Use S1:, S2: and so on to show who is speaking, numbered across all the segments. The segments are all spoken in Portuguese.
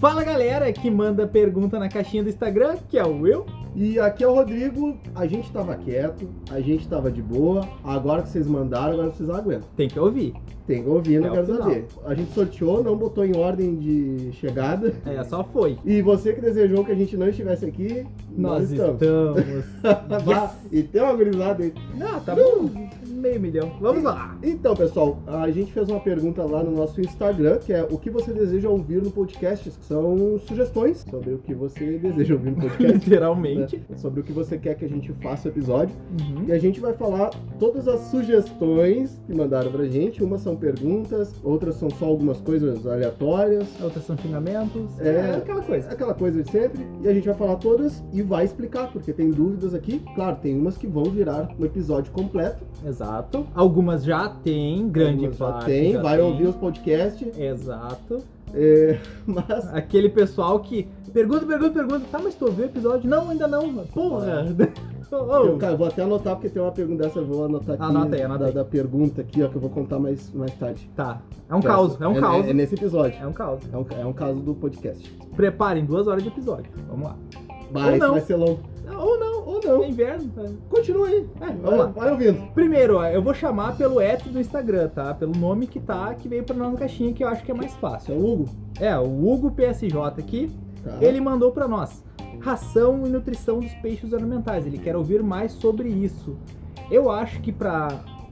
S1: Fala galera que manda pergunta na caixinha do Instagram, que é o eu.
S2: E aqui é o Rodrigo, a gente tava quieto, a gente tava de boa, agora que vocês mandaram, agora vocês aguentam.
S1: Tem que ouvir.
S2: Tem que ouvir, não
S1: É o
S2: quero
S1: final.
S2: saber. A gente sorteou, não botou em ordem de chegada.
S1: É, só foi.
S2: E você que desejou que a gente não estivesse aqui,
S1: Nós, estamos.
S2: Vá, E tem uma gurizada aí.
S1: Não, tá bom. Meio milhão. Vamos lá.
S2: Então, pessoal, a gente fez uma pergunta lá no nosso Instagram, que é o que você deseja ouvir no podcast, que são sugestões sobre o que você deseja ouvir no podcast,
S1: Literalmente.
S2: sobre o que você quer que a gente faça o episódio.
S1: Uhum.
S2: E a gente vai falar todas as sugestões que mandaram pra gente. Umas são perguntas, outras são só algumas coisas aleatórias.
S1: Outras são xingamentos.
S2: É.
S1: aquela coisa.
S2: Aquela coisa de sempre, e a gente vai falar todas e vai explicar, porque tem dúvidas aqui. Claro, tem umas que vão virar um episódio completo.
S1: Exato. Algumas já tem, grande
S2: Algumas
S1: parte.
S2: já tem,
S1: já
S2: vai
S1: tem.
S2: ouvir os podcasts,
S1: Exato.
S2: mas
S1: Aquele pessoal que pergunta, pergunta, pergunta. Tá, mas tu ouviu o episódio? Não, ainda não. Porra.
S2: Eu,
S1: Oh.
S2: cara, vou até anotar, porque tem uma pergunta dessa, eu vou anotar aqui.
S1: Anota aí, anota
S2: da,
S1: aí.
S2: da pergunta aqui, ó, que eu vou contar mais, mais tarde.
S1: Tá. É um caos, é um caos.
S2: É, nesse episódio.
S1: É um caos.
S2: É um, é um caso do podcast.
S1: Preparem duas horas de episódio. Vamos lá.
S2: Vai, isso
S1: não.
S2: vai ser longo.
S1: Ou não, ou não. É inverno. tá?
S2: Continua aí.
S1: É,
S2: Vai,
S1: vamos lá.
S2: vai ouvindo.
S1: Primeiro, ó, eu vou chamar pelo app do Instagram, tá? Pelo nome que tá, que veio pra nós na caixinha, que eu acho que é mais
S2: Isso é
S1: fácil.
S2: o Hugo.
S1: É, o Hugo PSJ aqui,
S2: Tá.
S1: ele mandou pra nós. Ração e nutrição dos peixes ornamentais. Ele quer ouvir mais sobre isso. Eu acho que pra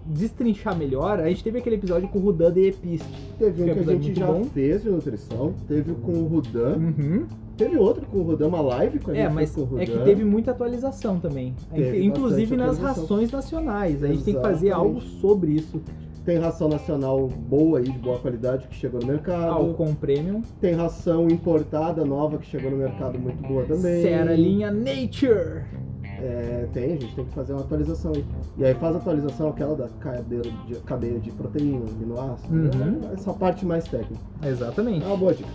S1: destrinchar melhor, a gente teve aquele episódio com o Rudan de Episte.
S2: Teve
S1: que
S2: um que a
S1: episódio
S2: gente
S1: muito
S2: já
S1: bom.
S2: fez de nutrição. Teve com o Rudan.
S1: Uhum.
S2: Teve outro com o Rudan, uma live com a gente
S1: É, mas
S2: fez com o Rudan.
S1: é que teve muita atualização também. A gente-
S2: Teve
S1: Inclusive
S2: bastante
S1: nas
S2: atualização.
S1: rações nacionais. A gente tem que fazer algo
S2: Exatamente.
S1: sobre isso.
S2: Tem ração nacional boa aí, de boa qualidade, que chegou no mercado.
S1: Alcon Premium,
S2: Tem ração importada nova que chegou no mercado muito boa também.
S1: Sera Linha Nature.
S2: É, tem, a gente tem que fazer uma atualização aí. E aí faz a atualização aquela da cadeia de, cadeia de proteína, aminoácido, né?
S1: Uhum.
S2: essa parte mais técnica. É
S1: Exatamente.
S2: uma boa dica.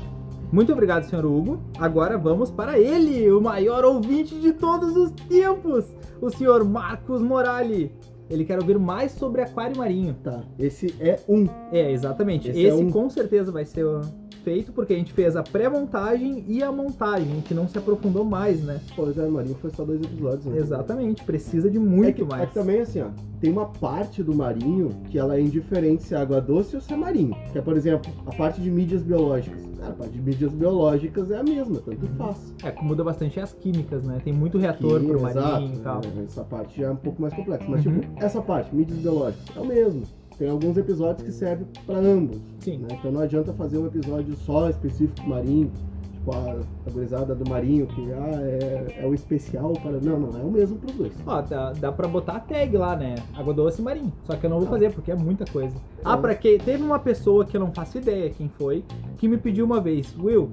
S1: Muito obrigado, senhor Hugo. Agora vamos para ele, o maior ouvinte de todos os tempos, o senhor Marcos Morali. Ele quer ouvir mais sobre aquário marinho.
S2: Tá, esse é um.
S1: É, exatamente. Esse,
S2: Esse é um-
S1: com certeza vai ser uh, feito, porque a gente fez a pré-montagem e a montagem, a gente não se aprofundou mais, né?
S2: Pois é, Marinho, foi só dois episódios. Né?
S1: Exatamente, precisa de
S2: É
S1: muito
S2: que,
S1: mais.
S2: é que também, assim, ó, tem uma parte do marinho que ela é indiferente se é água doce ou se é marinho. Que é, por exemplo, a parte de mídias biológicas. Cara, a parte de mídias biológicas é a mesma, tanto faz.
S1: É, que muda bastante as químicas, né? Tem muito reator
S2: Que-
S1: pro
S2: exato,
S1: marinho e tal.
S2: né, Essa parte já é um pouco mais complexa. Mas,
S1: Uhum.
S2: tipo, essa parte, mídias biológicas, é o mesmo. Tem alguns episódios que servem pra ambos.
S1: Sim.
S2: né? Então não adianta fazer um episódio só específico marinho. Tipo, a, a gurizada do marinho, que ah, é, é o especial para. Não, não, é o mesmo pros dois.
S1: Ó, dá, dá pra botar a tag lá, né? Água doce e marinho. Só que eu não vou
S2: Ah.
S1: fazer, porque é muita coisa. Ah,
S2: É.
S1: pra que Teve uma pessoa que eu não faço ideia quem foi, que me pediu uma vez, Will,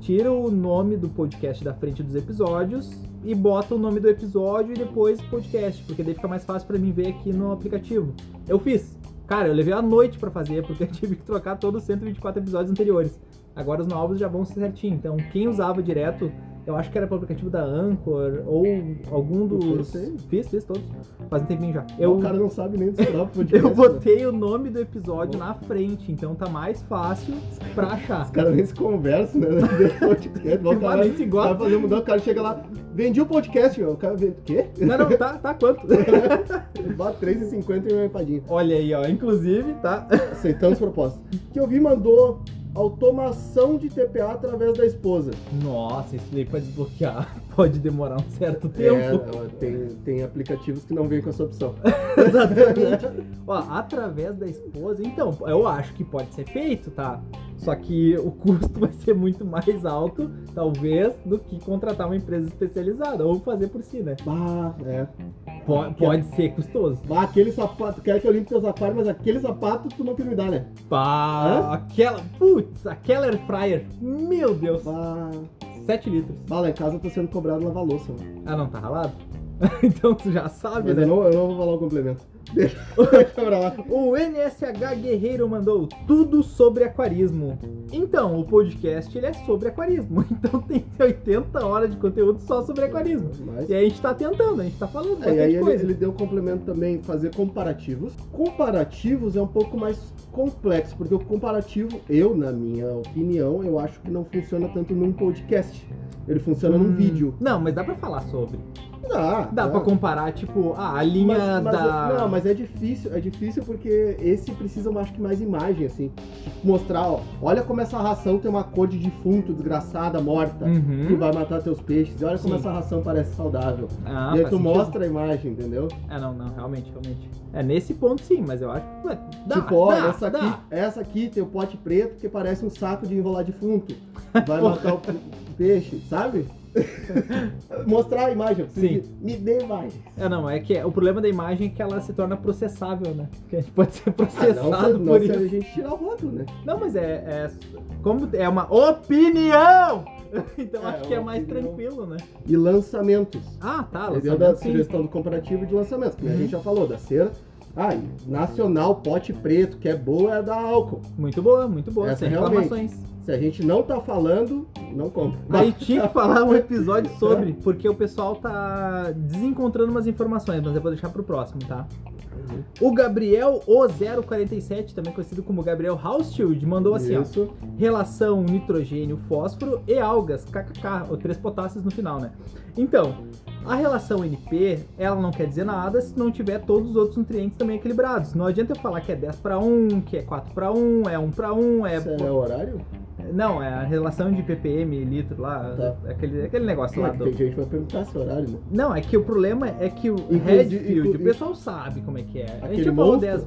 S1: tira o nome do podcast da frente dos episódios e bota o nome do episódio e depois podcast, porque daí fica mais fácil pra mim ver aqui no aplicativo. Eu fiz. Cara, eu levei a noite pra fazer, porque eu tive que trocar todos os 124 episódios anteriores. Agora os novos já vão ser certinho. Então, quem usava direto, eu acho que era pro aplicativo da Anchor ou algum
S2: Tu fez
S1: dos.
S2: isso aí?
S1: Fiz, fiz todos. Faz um tempinho já. Eu,
S2: O cara não sabe nem do próprio podcast.
S1: eu
S2: né?
S1: botei o nome do episódio na frente, então tá mais fácil pra achar.
S2: Os caras nem se conversam, né? Dentro do podcast, bota
S1: Mas
S2: lá,
S1: nem se gosta.
S2: vai fazer mudar, o cara chega lá, vendi o podcast, meu. O cara vende o quê?
S1: Não, não, tá, tá quanto?
S2: Bota 3,50 e uma empadinha.
S1: Olha aí, ó. Inclusive, tá.
S2: Aceitamos propostas. Que eu vi mandou automação de TPA através da esposa.
S1: Nossa, isso daí pra desbloquear pode demorar um certo tempo.
S2: É, tem, tem aplicativos que não vêm com essa opção.
S1: Exatamente. Ó, através da esposa, então, eu acho que pode ser feito, tá? Só que o custo vai ser muito mais alto, talvez, do que contratar uma empresa especializada ou fazer por si, né?
S2: Bah, é.
S1: Po- pode ser custoso.
S2: Bah, aquele sapato, tu quer que eu limpe teu sapato, mas aquele sapato tu não quer me dar, né?
S1: Pá, aquela, putz, aquela air fryer. Meu Deus,
S2: Bah,
S1: 7 litros.
S2: bah, lá em casa eu tô sendo cobrado lavar louça, mano.
S1: Ah, não, tá ralado? então tu já sabe,
S2: Mas
S1: né?
S2: eu não, eu não vou falar o complemento. Deixa pra lá.
S1: O NSH Guerreiro mandou tudo sobre aquarismo. Então, o podcast ele é sobre aquarismo. Então tem 80 horas de conteúdo só sobre aquarismo.
S2: Mas...
S1: E aí a gente tá tentando, a gente tá falando
S2: É,
S1: bastante
S2: e aí ele,
S1: coisa.
S2: ele deu um complemento também, fazer comparativos. Comparativos é um pouco mais complexo, porque o comparativo, eu, na minha opinião, eu acho que não funciona tanto num podcast. Ele funciona tá num
S1: Hum,
S2: vídeo.
S1: Não, mas dá pra falar sobre.
S2: Dá,
S1: Dá pra comparar, tipo, ah, a linha
S2: mas, mas
S1: da...
S2: é, não, mas é difícil, é difícil porque esse precisa, eu acho que mais imagem, assim. Tipo, mostrar, ó, olha como essa ração tem uma cor de defunto, desgraçada, morta,
S1: Uhum.
S2: que vai matar teus peixes. E olha como
S1: Sim.
S2: essa ração parece saudável.
S1: Ah,
S2: e aí
S1: faz
S2: tu
S1: sentido.
S2: mostra a imagem, entendeu?
S1: É, não, não, realmente, realmente. É nesse ponto sim, mas eu acho que. ué, Dá,
S2: tipo, ó,
S1: dá,
S2: essa,
S1: dá.
S2: aqui, essa aqui tem o pote preto que parece um saco de enrolar defunto. Vai
S1: Porra.
S2: matar o pe- peixe, sabe? Mostrar a imagem. eu preciso
S1: Sim.
S2: de- Me dê mais.
S1: É, não, é que o problema da imagem é que ela se torna processável, né? Que a gente pode ser
S2: Ah, não,
S1: processado
S2: se- não
S1: por
S2: se
S1: isso.
S2: a gente tirar o rótulo, né?
S1: Não, mas é, é. Como é uma opinião! Então
S2: É,
S1: acho que é
S2: uma
S1: mais
S2: opinião.
S1: tranquilo, né?
S2: E lançamentos.
S1: Ah, tá,
S2: Ele deu da
S1: lançamento sim.
S2: sugestão do comparativo de lançamento, que nem
S1: Uhum.
S2: a gente já falou, da cera. Ah, e nacional, pote preto, que é boa, é da álcool.
S1: Muito boa, muito boa,
S2: Essa
S1: sem
S2: realmente.
S1: reclamações.
S2: Se a gente não tá falando, não compra.
S1: Aí tinha que falar um episódio sobre, porque o pessoal tá desencontrando umas informações, mas eu vou deixar pro próximo, tá?
S2: Uhum.
S1: O Gabriel O047, também conhecido como Gabriel Hauschild, mandou assim, ó.
S2: Isso.
S1: relação nitrogênio, fósforo e algas, kkk, ou três potássios no final, né? Então, a relação NP, ela não quer dizer nada se não tiver todos os outros nutrientes também equilibrados. Não adianta eu falar que é 10 para 1, que é 4 para 1, é 1 para 1, é...
S2: Isso é o horário?
S1: Não, é a relação de ppm, litro lá,
S2: Tá.
S1: aquele, aquele negócio lá
S2: Claro,
S1: do...
S2: tem gente que vai perguntar se é horário, né?
S1: Não, é que o problema é que o
S2: Inclusive-
S1: Redfield, o
S2: inclu-
S1: pessoal sabe como é que é. A gente
S2: Aquele
S1: já falou
S2: monstro?
S1: 10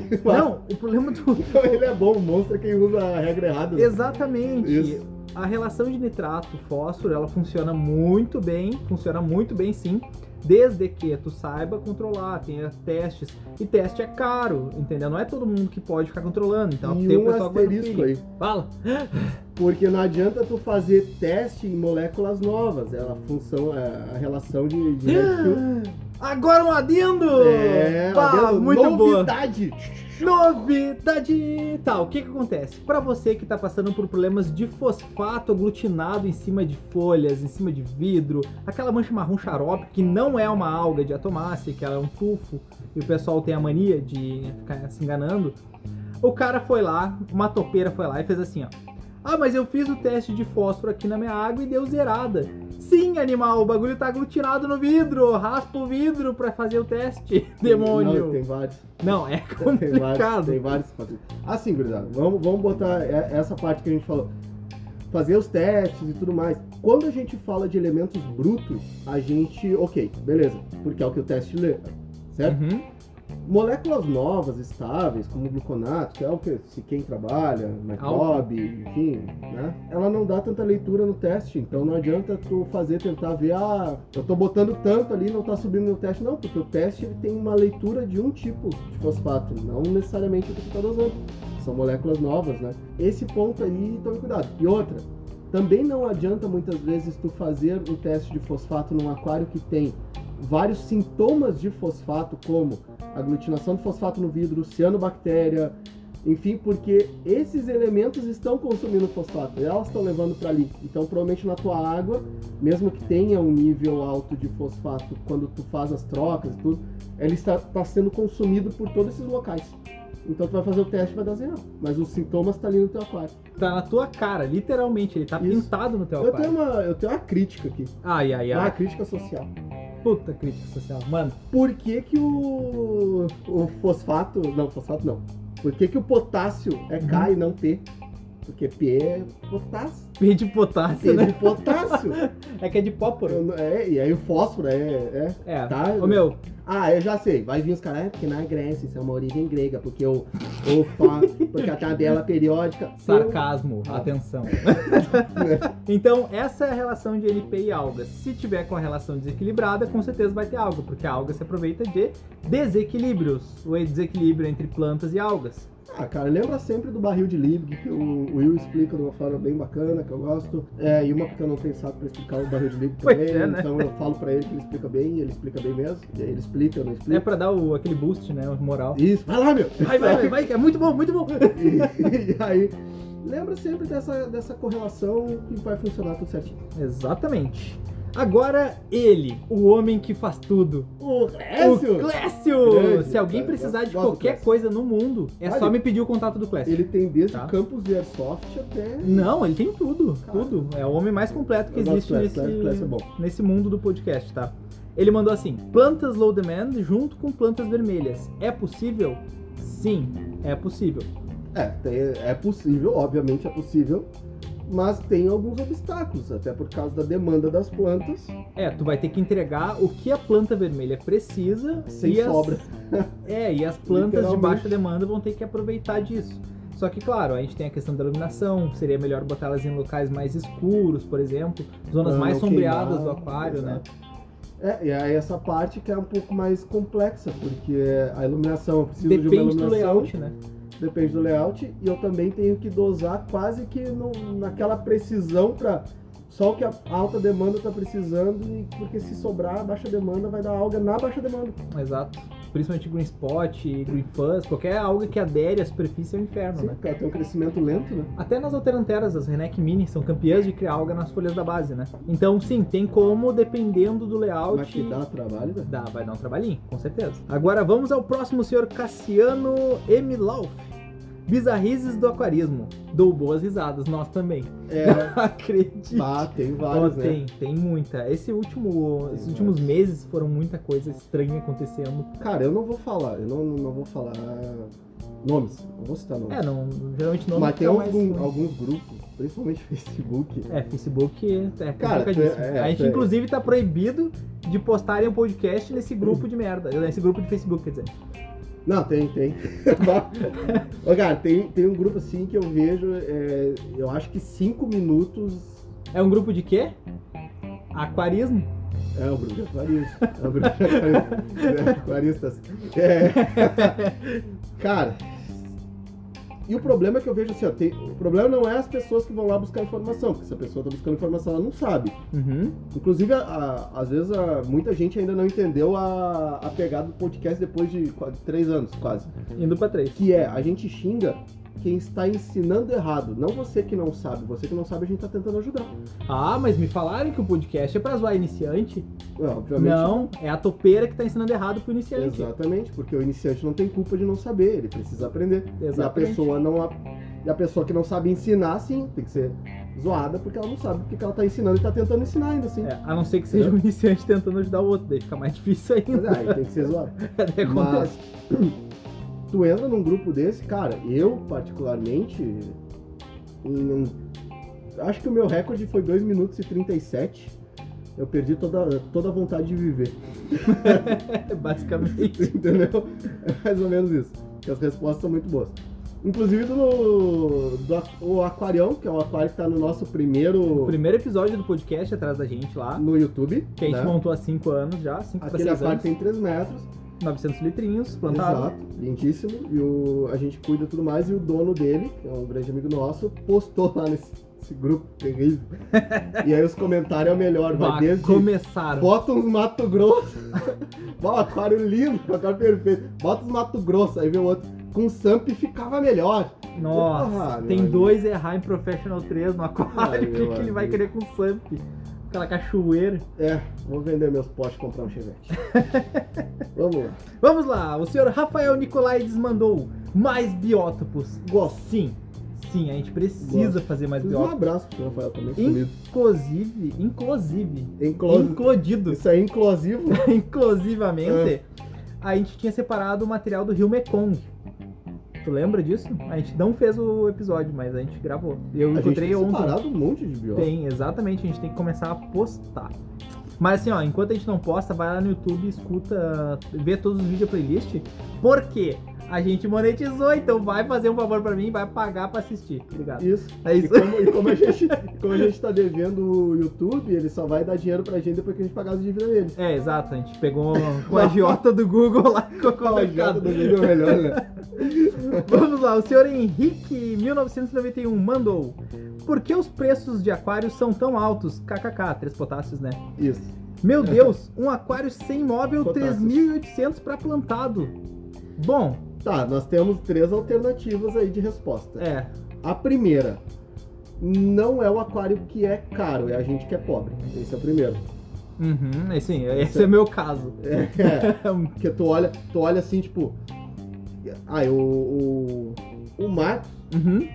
S1: vezes. Não, o problema do...
S2: Ele é bom, o monstro é quem usa a regra errada. né?
S1: Exatamente.
S2: Isso.
S1: A relação de nitrato e fósforo, ela funciona muito bem, funciona muito bem sim, desde que tu saiba controlar, tenha testes. E teste é caro, entendeu? Não é todo mundo que pode ficar controlando, então
S2: e
S1: tem o
S2: um
S1: pessoal que vai no
S2: asterisco
S1: feeling.
S2: aí.
S1: Fala.
S2: Porque não adianta tu fazer teste em moléculas novas. Ela função, é a a relação de, de
S1: Ah,
S2: Redfield.
S1: Agora um adendo!
S2: Né, É,
S1: Pá,
S2: adendo,
S1: muito boa.
S2: novidade.
S1: Novidade! Tá, o que que acontece? Pra você que tá passando por problemas de fosfato aglutinado em cima de folhas, em cima de vidro, aquela mancha marrom xarope que não é uma alga de atomácea, que ela é um tufo, e o pessoal tem a mania de ficar se enganando, o cara foi lá, uma topeira foi lá e fez assim, ó. Ah, mas eu fiz o teste de fósforo aqui na minha água e deu zerada. Sim, animal, o bagulho tá aglutinado no vidro. Raspa o vidro pra fazer o teste, demônio.
S2: Não, tem vários.
S1: Não, é
S2: Tem vários,
S1: complicado.
S2: tem vários que fazem. Assim, gurizada, vamos, vamos botar e- essa parte que a gente falou. Fazer os testes e tudo mais. Quando a gente fala de elementos brutos, a gente, ok, beleza, porque é o que o teste lê, certo?
S1: Uhum.
S2: Moléculas novas, estáveis, como o gluconato, que é o que se quem trabalha, microbe, enfim, né? Ela não dá tanta leitura no teste, então não adianta tu fazer, tentar ver, ah, eu tô botando tanto ali, não tá subindo no teste, não, porque o teste ele tem uma leitura de um tipo de fosfato, não necessariamente o que tu tá dosando. São moléculas novas, né? Esse ponto aí, tome cuidado. E outra, também não adianta muitas vezes tu fazer um teste de fosfato num aquário que tem vários sintomas de fosfato, como aglutinação de fosfato no vidro, cianobactéria, enfim, porque esses elementos estão consumindo fosfato, elas estão levando para ali. Então, provavelmente na tua água, mesmo que tenha um nível alto de fosfato quando tu faz as trocas e tudo, ele está tá sendo consumido por todos esses locais. Então tu vai fazer o teste e vai dar zero. Mas os sintomas estão ali no teu aquário.
S1: Tá na tua cara, literalmente. Ele tá
S2: Isso.
S1: pintado no teu
S2: Eu tenho,
S1: aquário.
S2: uma, eu tenho uma crítica aqui.
S1: Ai, ai,
S2: Uma
S1: ai.
S2: crítica social.
S1: Puta crítica social. Mano,
S2: Por que que o, o fosfato... Não, fosfato não. Por que que o potássio é K e não P? Porque P é potássio.
S1: P de potássio,
S2: P
S1: né?
S2: de potássio.
S1: É que é de póporo.
S2: Eu não- é, e aí o fósforo é... é.
S1: É.
S2: Tá,
S1: Ô, meu,
S2: Ah, eu já sei. Vai vir os caras, é porque na Grécia isso é uma origem grega, porque o, o fa, porque a tabela periódica...
S1: sarcasmo.
S2: Eu-
S1: Atenção. então, essa é a relação de NP e algas. Se tiver com a relação desequilibrada, com certeza vai ter alga, porque a alga se aproveita de desequilíbrios. O desequilíbrio entre plantas e algas.
S2: Ah, cara, lembra sempre do barril de Liebig, que o Will explica de uma forma bem bacana, que eu gosto. É, e uma porque eu não tenho saco pra explicar o barril de Liebig
S1: Pois
S2: também,
S1: é, né?
S2: então eu falo pra ele que ele explica bem, e ele explica bem mesmo. E aí ele explica, não
S1: É
S2: explica.
S1: pra dar o, aquele boost, né? Moral.
S2: Isso, vai lá, meu!
S1: Vai, vai, vai, vai, é muito bom, muito bom.
S2: e, e aí, lembra sempre dessa, dessa correlação que vai funcionar tudo certinho.
S1: Exatamente. Agora ele, o homem que faz tudo.
S2: O
S1: O
S2: Clécio!
S1: Clécio!
S2: Grande,
S1: Se alguém
S2: cara,
S1: precisar de
S2: gosto do
S1: qualquer
S2: Clécio.
S1: coisa no mundo, é
S2: Olha,
S1: só me pedir o contato do Clécio.
S2: Ele tem desde
S1: Tá.
S2: campos de airsoft até.
S1: Não, ele tem tudo,
S2: Cara.
S1: tudo. É o homem mais completo que
S2: Eu gosto
S1: existe
S2: do
S1: nesse,
S2: Clécio, Clécio, Clécio é bom.
S1: nesse mundo do podcast, tá? Ele mandou assim: plantas low demand junto com plantas vermelhas. É possível? Sim, é possível.
S2: É, tem- é possível, obviamente é possível, mas tem alguns obstáculos, até por causa da demanda das plantas,
S1: É, tu vai ter que entregar o que a planta vermelha precisa
S2: sem
S1: e as-
S2: sobra.
S1: É, e as plantas de
S2: Literalmente.
S1: baixa demanda vão ter que aproveitar disso. Só que, claro, a gente tem a questão da iluminação, seria melhor botá-las em locais mais escuros, por exemplo, zonas
S2: Pra
S1: mais
S2: Ah, não
S1: sombreadas
S2: queimar,
S1: do aquário, né?
S2: exato. É, e aí essa parte que é um pouco mais complexa, porque a iluminação, eu preciso de uma
S1: Depende do
S2: iluminação,
S1: layout, né?
S2: depende do layout, e eu também tenho que dosar quase que no- naquela precisão para só o que a alta demanda tá precisando, e porque se sobrar a baixa demanda, vai dar alga na baixa demanda.
S1: Exato. Principalmente green spot, green fuzz, qualquer alga que adere à superfície é um inferno,
S2: Sim,
S1: né?
S2: porque ela tem um crescimento lento, né?
S1: Até nas alteranteras, as Renec Mini são campeãs de criar alga nas folhas da base, né? Então, sim, tem como, dependendo do layout.
S2: Mas que dá trabalho, né? velho.
S1: Dá, vai dar um trabalhinho, com certeza. Agora vamos ao próximo senhor Cassiano M. Lauf. Bizarrizes do aquarismo. Dou boas risadas, nós também.
S2: É,
S1: Acredito.
S2: bah, tem vários, né?
S1: Então, tem, tem muita. Esse último,
S2: Tem
S1: esses últimos
S2: vários.
S1: meses foram muita coisa estranha acontecendo.
S2: Cara, eu não vou falar, eu não, não vou falar nomes, não vou citar nomes.
S1: É, não, geralmente não.
S2: Mas tem
S1: fica mais
S2: algum-
S1: ruim.
S2: alguns grupos, principalmente Facebook,
S1: É, Facebook é
S2: Cara,
S1: complicadíssimo.
S2: tu é- é,
S1: a gente,
S2: tu é-
S1: inclusive, tá proibido de postarem um podcast nesse grupo de merda. Nesse grupo de Facebook, quer dizer.
S2: Não, tem, tem. Ô, cara, tem, tem um grupo assim que eu vejo, é, eu acho que cinco minutos
S1: É um grupo de quê? Aquarismo?
S2: é o grupo de aquaristas. É o grupo de aquaristas. É, aquaristas. É. Cara, e o problema é que eu vejo assim, ó, tem- o problema não é as pessoas que vão lá buscar informação, porque se a pessoa tá buscando informação, ela não sabe.
S1: Uhum.
S2: Inclusive, a- a- às vezes, a- muita gente ainda não entendeu a, a pegada do podcast depois de quase três anos, quase.
S1: Indo pra três.
S2: que é a gente xinga quem está ensinando errado, não você que não sabe. Você que não sabe, a gente tá tentando ajudar.
S1: Ah, mas me falaram que o podcast é pra zoar iniciante.
S2: É, obviamente.
S1: Não, é a topeira que tá ensinando errado pro iniciante.
S2: Exatamente, porque o iniciante não tem culpa de não saber, ele precisa aprender. E a
S1: Exatamente.
S2: pessoa não a- e a pessoa que não sabe ensinar, sim, tem que ser zoada porque ela não sabe porque ela tá ensinando e tá tentando ensinar ainda assim.
S1: É, a não ser que seja um iniciante tentando ajudar o outro, daí fica mais difícil
S2: Mas,
S1: ainda. né?
S2: ah, aí tem que ser zoada.
S1: Daí acontece.
S2: é, Mas tu entra num grupo desse, cara, eu particularmente em um- acho que o meu recorde foi 2 minutos e 37. Eu perdi toda, toda a vontade de viver,
S1: Basicamente.
S2: entendeu? É mais ou menos isso. Porque as respostas são muito boas. Inclusive do, do a- o Aquarião, que é o aquário que tá no nosso primeiro,
S1: O primeiro episódio do podcast é atrás da gente lá,
S2: no YouTube.
S1: que a gente
S2: né?
S1: montou há 5 anos já, 5 pra
S2: Aquele
S1: 6
S2: aquário
S1: anos.
S2: tem 3 metros.
S1: 900 litrinhos plantados.
S2: Exato, lindíssimo. E o, a gente cuida tudo mais. E o dono dele, que é um grande amigo nosso, postou lá nesse esse grupo é terrível. e aí os comentários é o melhor, vai
S1: Bah,
S2: desde.
S1: Começaram.
S2: Bota uns Mato Grosso. Bom, aquário lindo, um aquário perfeito. Bota uns Mato Grosso, aí vem o outro. Com Samp ficava melhor.
S1: Nossa,
S2: Porra, Ah, meu
S1: tem
S2: amigo.
S1: dois errar em Professional 3 no
S2: Ah,
S1: aquário. O
S2: meu
S1: que, que ele vai
S2: amigo.
S1: querer com o Samp? Aquela cachoeira.
S2: É, vou vender meus potes e comprar um chevette. Vamos lá.
S1: Vamos lá, o senhor Rafael Nicolaides mandou mais biótopos.
S2: Gosto.
S1: Sim, sim, a gente precisa
S2: Gosto.
S1: fazer mais
S2: Fiz um
S1: biótopos.
S2: abraço pro Rafael também,
S1: In-
S2: sumido.
S1: Inclusive, inclusive,
S2: Inclusive.
S1: inclodido,
S2: Isso aí é inclusivo. É.
S1: inclusivamente, a gente tinha separado o material do Rio Mekong. Tu lembra disso? A gente não fez o episódio, mas a gente gravou. Eu
S2: A gente
S1: encontrei
S2: tem
S1: ontem.
S2: separado um monte de biótipo.
S1: Tem, exatamente, a gente tem que começar a postar. Mas assim, ó, enquanto a gente não posta, vai lá no YouTube, escuta, vê todos os vídeos playlist, porque a gente monetizou, então vai fazer um favor pra mim, vai pagar pra assistir. Obrigado.
S2: Isso.
S1: É
S2: E
S1: isso.
S2: como, e como a gente, como a gente tá devendo o YouTube, ele só vai dar dinheiro pra gente depois que a gente pagar as dívidas dele.
S1: É, exato, a gente pegou com a agiota do Google lá, ficou com
S2: Fala, Jota, do Google é melhor, né?
S1: Vamos lá, o senhor Henrique, 1991, mandou. Por que os preços de aquários são tão altos? KKK, três potássios, né?
S2: Isso.
S1: Meu Deus, um aquário sem móvel,
S2: Potássio.
S1: 3.800 para plantado. Bom,
S2: Tá, nós temos três alternativas aí de resposta.
S1: é,
S2: A primeira, não é o aquário que é caro, é a gente que é pobre. Esse é o primeiro.
S1: uhum, é sim, esse
S2: Isso.
S1: é meu caso.
S2: É, porque tu olha, tu olha assim, tipo. Ah, o. O, o Marcos,
S1: Uhum,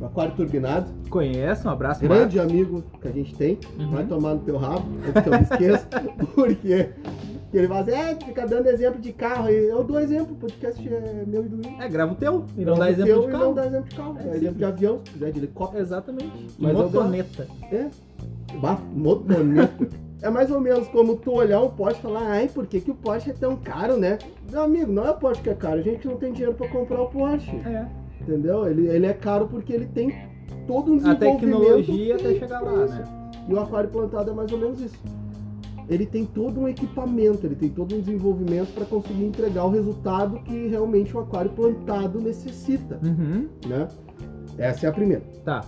S2: o aquário turbinado,
S1: conhece, um abraço.
S2: grande amigo que a gente tem,
S1: Marcos. Uhum.
S2: vai tomar no teu rabo, antes que eu me esqueça, porque que ele fala assim, é, tu fica dando exemplo de carro, e eu dou exemplo, o podcast é meu e do Will.
S1: É, grava o teu e não
S2: Grava
S1: dá
S2: o
S1: exemplo
S2: teu
S1: de
S2: e
S1: carro.
S2: Não dá exemplo de carro,
S1: É
S2: dá exemplo de avião, se quiser de helicóptero.
S1: Exatamente.
S2: Mas eu
S1: Motoneta.
S2: É. Bah, motoneta. É mais ou menos como tu olhar um Porsche e falar, ai, por que, que o Porsche é tão caro, né? Meu amigo, não é o Porsche que é caro, a gente não tem dinheiro pra comprar o Porsche.
S1: É.
S2: Entendeu? Ele, ele é caro porque ele tem todo um
S1: A
S2: desenvolvimento.
S1: tecnologia até
S2: feito
S1: chegar
S2: pra
S1: lá,
S2: isso.
S1: né?
S2: E o aquário plantado é mais ou menos isso. Ele tem todo um equipamento, ele tem todo um desenvolvimento para conseguir entregar o resultado que realmente o aquário plantado necessita,
S1: Uhum.
S2: né? Essa é a primeira,
S1: Tá,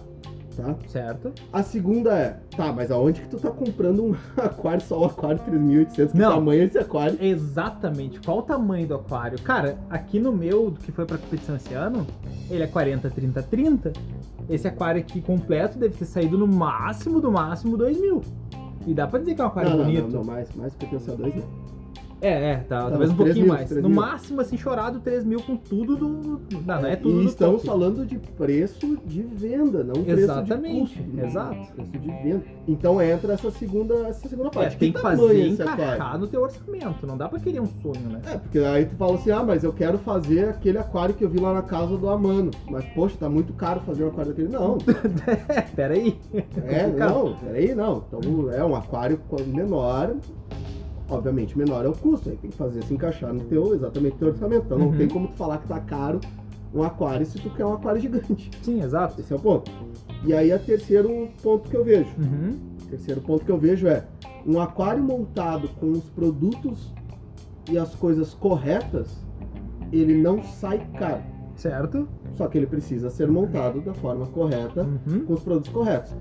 S2: tá?
S1: certo.
S2: A segunda é, tá, mas aonde que tu tá comprando um aquário, só um aquário 3800, que
S1: Não.
S2: tamanho é esse aquário?
S1: Exatamente. Qual o tamanho do aquário? Cara, aqui no meu, do que foi pra competição esse ano, ele é 40, 30, 30. Esse aquário aqui completo deve ter saído no máximo, do máximo, 2 mil. E dá pra dizer que é um aquário
S2: não, não,
S1: bonito.
S2: não, não, mais, mais potencial 2, né?
S1: É, é, tá,
S2: Tá,
S1: talvez um
S2: uns três
S1: pouquinho
S2: mil,
S1: mais.
S2: três
S1: No
S2: mil.
S1: máximo, assim, chorado 3 mil com tudo do. Não, não é tudo.
S2: e
S1: do
S2: estamos
S1: top.
S2: falando de preço de venda, não preço
S1: Exatamente,
S2: de custo. né?
S1: exato.
S2: Preço de venda. Então entra essa segunda, essa segunda
S1: É,
S2: parte.
S1: tem que
S2: tamanho
S1: fazer
S2: é esse aquário?
S1: encaixar no teu orçamento. Não dá pra querer um sonho, né?
S2: É, porque aí tu fala assim, ah, mas eu quero fazer aquele aquário que eu vi lá na casa do Amano. Mas, poxa, tá muito caro fazer um aquário daquele. Não,
S1: É, peraí.
S2: é,
S1: complicado.
S2: não, peraí, não. Então é um aquário co- menor, obviamente menor é o custo, aí tem que fazer se encaixar no teu, exatamente no teu orçamento. Então
S1: Uhum.
S2: não tem como tu falar que tá caro um aquário se tu quer um aquário gigante.
S1: Sim, exato.
S2: Esse é o ponto. E aí a terceiro um ponto que eu vejo.
S1: Uhum.
S2: Terceiro ponto que eu vejo é um aquário montado com os produtos e as coisas corretas, ele não sai caro.
S1: Certo?
S2: Só que ele precisa ser montado da forma correta,
S1: Uhum.
S2: com os produtos corretos.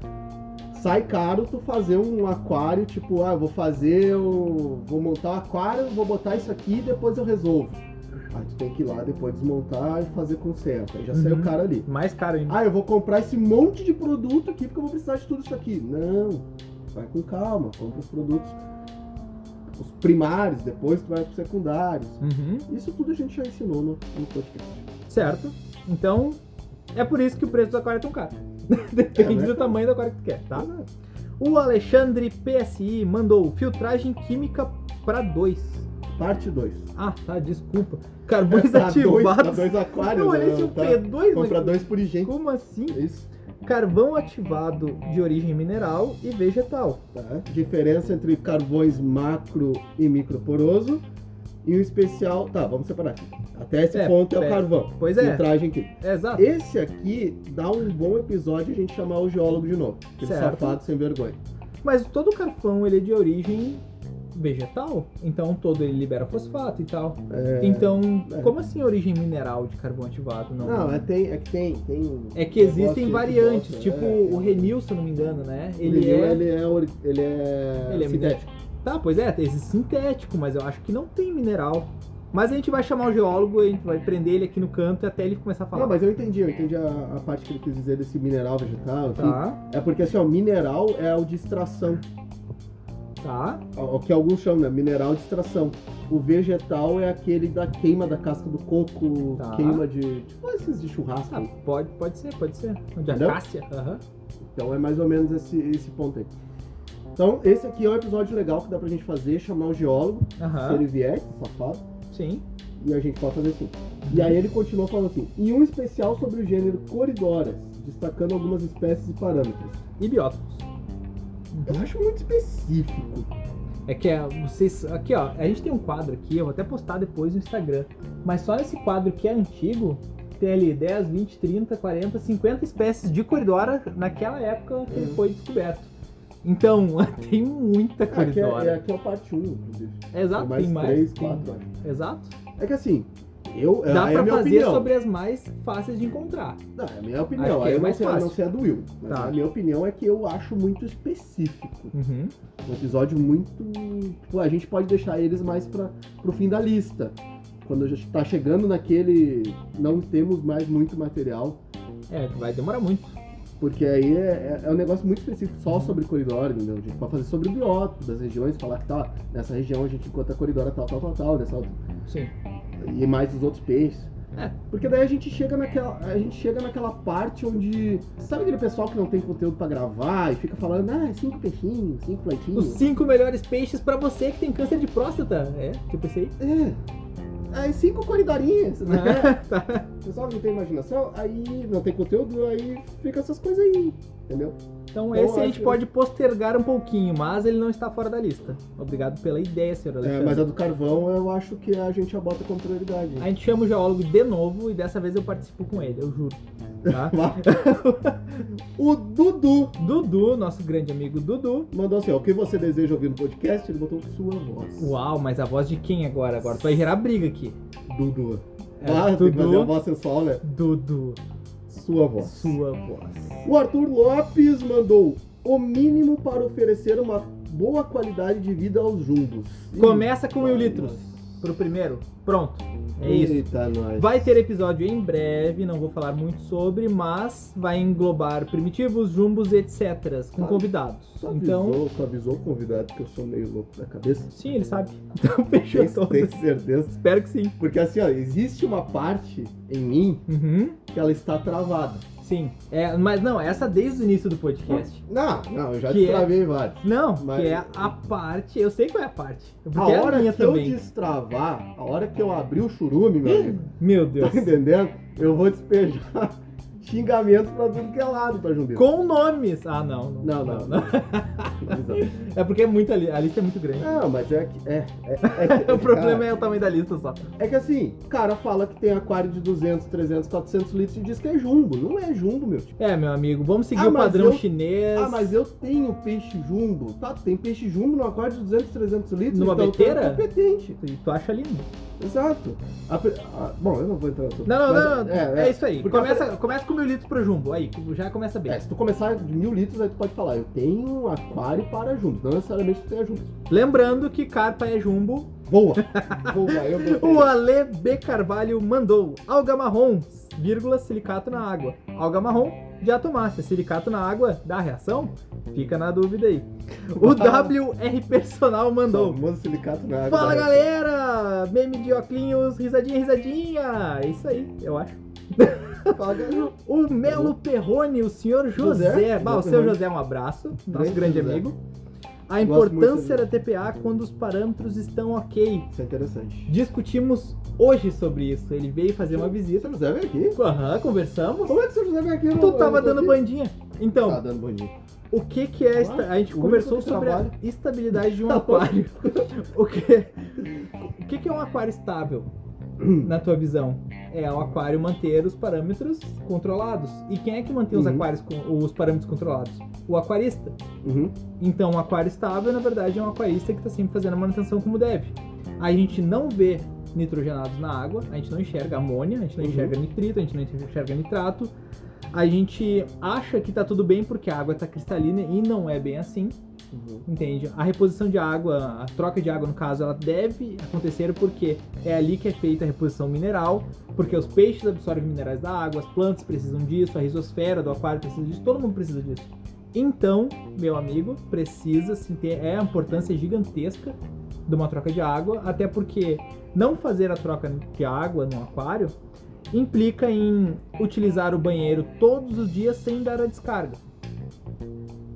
S2: Sai caro tu fazer um aquário, tipo, ah, eu vou fazer, eu vou montar o aquário, vou botar isso aqui e depois eu resolvo. Aí tu tem que ir lá depois desmontar e fazer conserta. Aí já saiu
S1: Uhum.
S2: caro ali.
S1: Mais caro ainda.
S2: Ah, eu vou comprar esse monte de produto aqui porque eu vou precisar de tudo isso aqui. Não, vai com calma, compra os produtos, os primários, depois tu vai pros secundários.
S1: Uhum.
S2: Isso tudo a gente já ensinou no, no podcast.
S1: Certo? Então, é por isso que o preço do aquário é tão caro. Depende
S2: É, né?
S1: do tamanho do aquário que tu quer, tá?
S2: Mas é,
S1: O Alexandre PSI mandou filtragem química pra dois.
S2: Parte 2.
S1: Ah, tá, desculpa. Carbões ativados. assim,
S2: Dois aquários.
S1: Não, olha
S2: né?
S1: esse
S2: Tá.
S1: P2
S2: Compra
S1: mano.
S2: dois por higiene.
S1: Como assim?
S2: Isso.
S1: Carvão ativado de origem mineral e vegetal.
S2: Tá. Diferença entre carvões macro e microporoso. E o especial. Tá, vamos separar aqui. Até esse
S1: É,
S2: ponto é,
S1: é.
S2: o carvão.
S1: Pois é,
S2: Filtragem aqui.
S1: é exato.
S2: Esse aqui dá um bom episódio a gente chamar o geólogo de novo. Aquele
S1: Certo.
S2: safado sem vergonha.
S1: Mas todo carvão ele é de origem vegetal, então todo ele libera fosfato e tal.
S2: É,
S1: Então,
S2: é.
S1: como assim origem mineral de carvão ativado? Não.
S2: Não, é, tem, é que tem. tem
S1: É que existem
S2: negócio
S1: variantes,
S2: que bota,
S1: tipo
S2: é,
S1: o
S2: tem-
S1: renil, se eu não me engano, né?
S2: o
S1: Ele
S2: vinil,
S1: é.
S2: Ele é, ori- ele é
S1: Ele é
S2: sintético.
S1: Tá, pois é, tem esse sintético, mas eu acho que não tem mineral. Mas a gente vai chamar o geólogo, a gente vai prender ele aqui no canto e até ele começar a falar.
S2: Não, mas eu entendi, eu entendi a, a parte que ele quis dizer desse mineral vegetal. enfim.
S1: Tá,
S2: É porque assim, ó, mineral é o de extração.
S1: tá.
S2: O que alguns chamam, né? Mineral de extração. O vegetal é aquele da queima da casca do coco,
S1: Tá.
S2: queima de. Tipo esses de churrasco.
S1: Ah, pode, pode ser, pode ser. De
S2: Entendeu?
S1: acácia? Aham.
S2: Então é mais ou menos esse, esse ponto aí. Então, esse aqui é um episódio legal que dá pra gente fazer, chamar o geólogo, se
S1: Aham.
S2: ele vier, esse safado,
S1: Sim.
S2: e a gente pode fazer assim. E aí ele continuou falando assim, em um especial sobre o gênero Coridoras, destacando algumas espécies e parâmetros.
S1: E biótopos.
S2: Eu acho muito específico.
S1: É que é, vocês. Aqui, ó, a gente tem um quadro aqui, eu vou até postar depois no Instagram. Mas só nesse quadro que é antigo, tem ali 10, 20, 30, 40, 50 espécies de coridora naquela época que ele
S2: Uhum.
S1: foi descoberto. Então, tem muita
S2: É, aqui é,
S1: coridora.
S2: aqui é o parte 1, inclusive.
S1: Exato,
S2: mais
S1: tem mais.
S2: três,
S1: tem-
S2: quatro, acho.
S1: Exato.
S2: É que assim, Eu,
S1: Dá
S2: aí é
S1: pra
S2: a minha
S1: fazer
S2: opinião.
S1: sobre as mais fáceis de encontrar.
S2: Não, é a minha
S1: Acho
S2: opinião.
S1: que
S2: Aí
S1: é
S2: eu não
S1: mais
S2: sei, eu
S1: fácil.
S2: não sei a do Will. Mas
S1: Tá.
S2: a minha opinião é que eu acho muito específico.
S1: Uhum.
S2: Um episódio muito. tipo, a gente pode deixar eles mais pra, pro fim da lista. Quando a gente tá chegando naquele. Não temos mais muito material.
S1: É, vai demorar muito.
S2: Porque aí é, é- é um negócio muito específico só sobre corredor, entendeu? A gente pode fazer sobre o bioto das regiões, falar que tá, nessa região a gente encontra corredora tal, tal, tal, tal, nessa outra,
S1: Sim.
S2: e mais os outros peixes.
S1: É.
S2: Porque daí a gente chega naquela, a gente chega naquela parte onde sabe aquele pessoal que não tem conteúdo pra gravar e fica falando, ah, cinco peixinhos,
S1: Os
S2: cinco plantinhos.
S1: cinco melhores peixes pra você que tem câncer de próstata. É, que eu pensei.
S2: É. Aí cinco corridorinhas, né?
S1: Ah, tá.
S2: O pessoal que não tem imaginação, aí não tem conteúdo, aí fica essas coisas aí, entendeu?
S1: Então
S2: Bom,
S1: esse a
S2: acho
S1: gente
S2: que-
S1: pode postergar um pouquinho, mas ele não está fora da lista. Obrigado pela ideia, senhor
S2: É,
S1: Alexandre.
S2: mas a do carvão eu acho que a gente abota com prioridade.
S1: A gente chama o geólogo de novo e dessa vez eu participo com ele, eu juro. Tá?
S2: o Dudu
S1: Dudu, nosso grande amigo Dudu.
S2: mandou assim: ó, o que você deseja ouvir no podcast? Ele botou sua voz.
S1: Uau, mas a voz de quem agora? Agora tu vai gerar briga aqui.
S2: Dudu.
S1: É,
S2: ah, tem que fazer a
S1: Dudu,
S2: voz sensual, né?
S1: Dudu,
S2: Sua voz.
S1: sua voz.
S2: O Arthur Lopes mandou o mínimo para oferecer uma boa qualidade de vida aos jumbos. Ih,
S1: Começa com o
S2: vai,
S1: Will Litros, pro primeiro. Pronto,
S2: nós.
S1: é isso.
S2: Eita, nós.
S1: Vai ter episódio em breve, não vou falar muito sobre, mas vai englobar primitivos, jumbos, etc. com
S2: Tá.
S1: convidados.
S2: Tu
S1: Então,
S2: avisou, tu avisou o convidado que eu sou meio louco da cabeça?
S1: sim, ele sabe. Então fechou
S2: Tem-
S1: todo.
S2: Tem certeza.
S1: Espero que sim.
S2: Porque assim, ó, existe uma parte em mim
S1: Uhum,
S2: que ela está travada.
S1: sim. É, mas não, essa desde o início do podcast.
S2: Não, não, eu já
S1: Que é
S2: destravei vários.
S1: Não,
S2: Mas-
S1: que é a parte. Eu sei qual é a parte. Porque
S2: A
S1: é a
S2: hora
S1: minha
S2: que eu
S1: também.
S2: destravar, a hora que eu abrir o churume, meu amigo,
S1: Meu Deus.
S2: tá entendendo? Eu vou despejar xingamento pra tudo que é lado pra Jumbi.
S1: Com nomes. Ah, não.
S2: Não, não, não. Não,
S1: É porque é muita li... a lista é muito grande.
S2: mas é que. É, é, é que
S1: o problema é o tamanho da lista só.
S2: é. que assim, o cara fala que tem aquário de 200, 300, 400 litros e diz que é jumbo. Não é jumbo, meu tipo.
S1: É, meu amigo, vamos seguir
S2: Ah,
S1: o
S2: mas
S1: padrão
S2: eu-
S1: chinês.
S2: Ah, mas eu tenho peixe jumbo. Tá, tu tem peixe jumbo no aquário de 200, 300 litros.
S1: Numa
S2: então tu é
S1: beteira?
S2: competente.
S1: E tu acha lindo.
S2: Exato. A pe- ah, bom, eu não vou entrar no assunto.
S1: Não, não,
S2: Mas-
S1: não, não. É, isso aí.
S2: Porque
S1: Começa, começa com mil litros pro jumbo. Aí, já começa bem.
S2: É, se tu começar de mil litros, aí tu pode falar, eu tenho um aquário para jumbos. Não necessariamente tu tenha jumbos.
S1: Lembrando que carpa é jumbo.
S2: Boa! Boa, eu gostei.
S1: O Ale B. Carvalho mandou alga marrom, vírgula, silicato na água. Alga marrom de atomácia. Silicato na água dá reação? Fica na dúvida aí. O WR Personal mandou.
S2: Famoso silicato na água.
S1: Fala galera! Meme de Oclinhos, risadinha, risadinha! É isso aí, eu acho.
S2: Fala, galera.
S1: O Melo Perrone, o senhor José.
S2: José? José
S1: Bah, o seu
S2: Perrone.
S1: José, um abraço, nosso
S2: Grande
S1: grande
S2: José.
S1: amigo. A
S2: Gosto muito
S1: importância da TPA quando os parâmetros estão ok.
S2: Isso é interessante.
S1: Discutimos hoje sobre isso. Ele veio fazer uma visita.
S2: Seu José veio aqui?
S1: Aham, conversamos.
S2: Como é que o seu José veio aqui? Eu não-
S1: Tu
S2: eu
S1: tava
S2: não tô
S1: dando
S2: aqui.
S1: bandinha.
S2: Tá
S1: Então,
S2: dando bandinha.
S1: o que que é... esta- A gente
S2: o único
S1: conversou
S2: que
S1: sobre a
S2: trabalha.
S1: estabilidade de um
S2: Tá bom.
S1: aquário. O que... O que que é um aquário estável, na tua visão? É o aquário manter os parâmetros controlados. E quem é que mantém os
S2: Uhum.
S1: aquários com os parâmetros controlados? O aquarista.
S2: Uhum.
S1: Então, um aquário estável, na verdade, é um aquarista que está sempre fazendo a manutenção como deve. A gente não vê nitrogenados na água, a gente não enxerga amônia, a gente não
S2: Uhum.
S1: enxerga nitrito, a gente não enxerga nitrato. A gente acha que tá tudo bem porque a água tá cristalina e não é bem assim,
S2: Uhum.
S1: entende? A reposição de água, a troca de água no caso, ela deve acontecer porque é ali que é feita a reposição mineral, porque os peixes absorvem minerais da água, as plantas precisam disso, a risosfera do aquário precisa disso, todo mundo precisa disso. Então, meu amigo, precisa sim ter é a importância gigantesca de uma troca de água, até porque não fazer a troca de água no aquário implica em utilizar o banheiro todos os dias sem dar a descarga.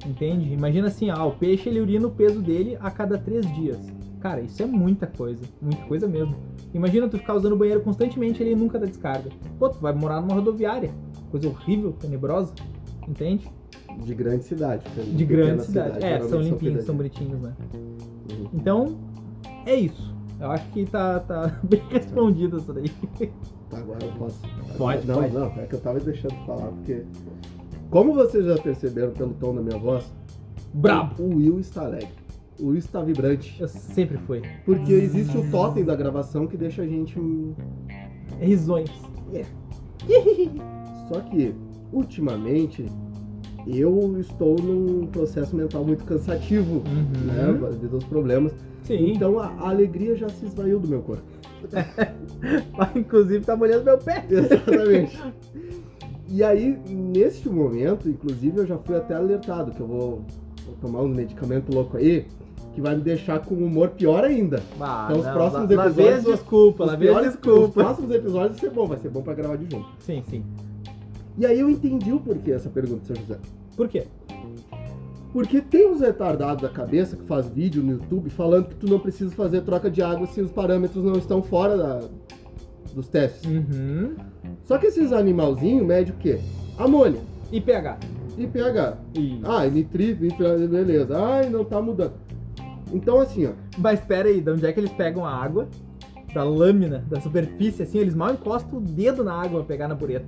S1: Entende? Imagina assim, ah, o peixe ele urina o peso dele a cada três dias. Cara, isso é muita coisa, muita coisa mesmo. Imagina tu ficar usando o banheiro constantemente e ele nunca dá descarga. Pô, tu vai morar numa rodoviária, coisa horrível, tenebrosa, entende?
S2: De grande cidade. porque
S1: De
S2: pequena
S1: grande cidade. É,
S2: geralmente
S1: são limpinhos, são
S2: pequenas.
S1: bonitinhos, né?
S2: Uhum.
S1: Então, é isso. Eu acho que tá, tá bem respondida essa daí.
S2: Tá, agora eu posso.
S1: Pode,
S2: não,
S1: pode.
S2: não, é que eu tava deixando de falar, porque. Como vocês já perceberam pelo tom da minha voz,
S1: Brabo!
S2: o Will está alegre. O Will está vibrante.
S1: Eu sempre fui.
S2: Porque existe o totem da gravação que deixa a gente hum,
S1: É Risões.
S2: Só que, ultimamente, eu estou num processo mental muito cansativo, né?
S1: Uhum.
S2: Devido aos problemas.
S1: Sim.
S2: Então a, a alegria já se esvaiu do meu corpo.
S1: Inclusive tá molhando meu pé.
S2: Exatamente. e aí, neste momento, inclusive, eu já fui até alertado que eu vou, vou tomar um medicamento louco aí que vai me deixar com um humor pior ainda.
S1: Ah,
S2: Então, os próximos
S1: lá, lá vem as
S2: episódios-
S1: desculpa,
S2: Os
S1: lá vem as
S2: piores- Os
S1: desculpa.
S2: próximos episódios vai ser bom, vai ser bom pra gravar de junto.
S1: Sim, sim.
S2: E aí eu entendi o porquê essa pergunta, seu José.
S1: Por quê?
S2: Porque tem uns retardados da cabeça que faz vídeo no YouTube falando que tu não precisa fazer troca de água se os parâmetros não estão fora da- dos testes.
S1: Uhum.
S2: Só que esses animalzinhos medem o quê? Amônia
S1: E pH?
S2: e pH.
S1: E...
S2: Ah, e nitrito, nitrito, beleza. Ai, não tá mudando. Então assim, ó.
S1: Mas espera aí, de onde é que eles pegam a água? Da lâmina, da superfície, assim, eles mal encostam o dedo na água pra pegar na pureta.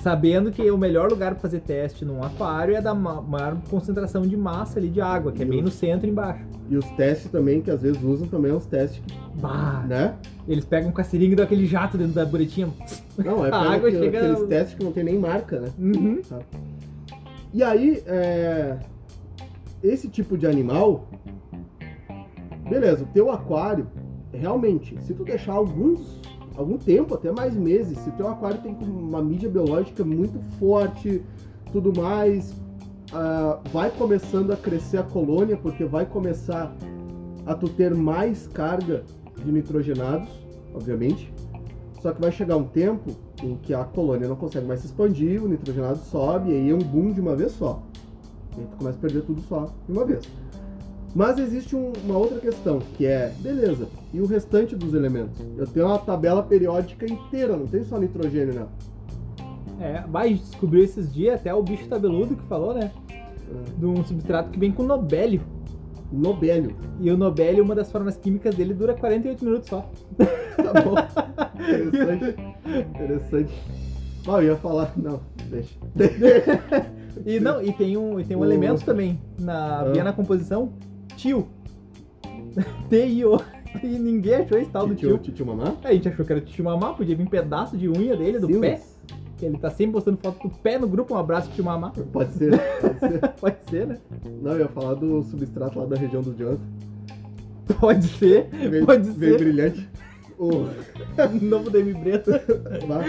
S1: Sabendo que o melhor lugar pra fazer teste num aquário é da ma- maior concentração de massa ali de água, que é
S2: E
S1: bem
S2: os-
S1: no centro e embaixo.
S2: E os testes também, que às vezes usam também é uns testes, que,
S1: Bah,
S2: né?
S1: eles pegam com a seringa e dão aquele jato dentro da buretinha.
S2: Não, é
S1: A
S2: pega
S1: água
S2: aquele-
S1: chega-
S2: aqueles testes que não tem nem marca, né?
S1: Uhum.
S2: E aí, é, esse tipo de animal, beleza, o teu aquário, realmente, se tu deixar alguns, algum tempo, até mais meses, se teu aquário tem uma mídia biológica muito forte, tudo mais, ah, vai começando a crescer a colônia, porque vai começar a tu ter mais carga de nitrogenados, obviamente. Só que vai chegar um tempo em que a colônia não consegue mais se expandir, o nitrogenado sobe, e aí é um boom de uma vez só. E aí tu começa a perder tudo só de uma vez. Mas existe um- uma outra questão, que é, beleza, e o restante dos elementos? Eu tenho uma tabela periódica inteira, não tem só nitrogênio, né? não.
S1: É, mas descobriu esses dias até o bicho tabeludo que falou, né? De um substrato que vem com nobélio.
S2: Nobélio.
S1: E o nobélio, uma das formas químicas dele, dura 48 minutos só.
S2: Tá bom. Interessante. Interessante. Ah, eu ia falar. Não, deixa.
S1: E não, e tem um, e tem um
S2: O-
S1: elemento também na
S2: Ah.
S1: via na composição, tio. T-I-O. E ninguém achou esse tal do
S2: Titio,
S1: tio.
S2: titio mamá?
S1: A gente achou que era tio mamá, podia vir um pedaço de unha dele, do pé.
S2: Silas?
S1: que Ele tá sempre postando foto do pé no grupo, um abraço tio mamá.
S2: Pode ser, pode ser.
S1: Pode ser, né?
S2: Não, eu ia falar do substrato lá da região do Jonathan.
S1: Pode ser.
S2: Veio,
S1: Pode
S2: veio
S1: ser.
S2: brilhante. O-
S1: Novo DM Breto.
S2: lá.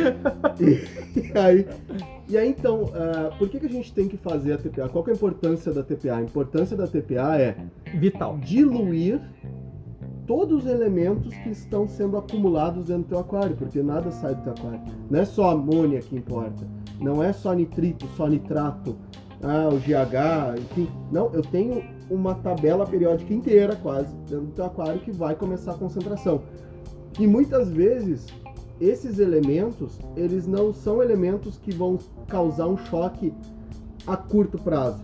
S2: E, e aí, e aí, então, ah, por que, que a gente tem que fazer a TPA? Qual que é a importância da TPA? A importância da TPA é
S1: Vital.
S2: diluir todos os elementos que estão sendo acumulados dentro do teu aquário, porque nada sai do teu aquário. Não é só amônia que importa, não é só nitrito, só nitrato, ah, o GH, enfim. Não, eu tenho uma tabela periódica inteira quase dentro do teu aquário que vai começar a concentração. E muitas vezes esses elementos, eles não são elementos que vão causar um choque a curto prazo,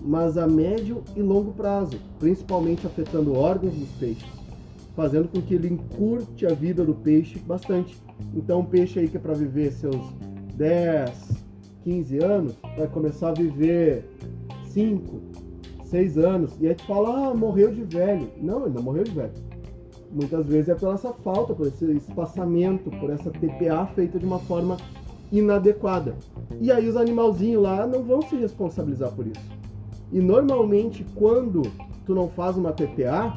S2: mas a médio e longo prazo, principalmente afetando órgãos dos peixes, fazendo com que ele encurte a vida do peixe bastante. Então, um peixe aí que é para viver seus 10, 15 anos, vai começar a viver 5, 6 anos, e aí tu fala, ah, morreu de velho. Não, ele não morreu de velho. Muitas vezes é por essa falta, por esse espaçamento, por essa TPA feita de uma forma inadequada. E aí os animalzinhos lá não vão se responsabilizar por isso. E normalmente quando tu não faz uma TPA,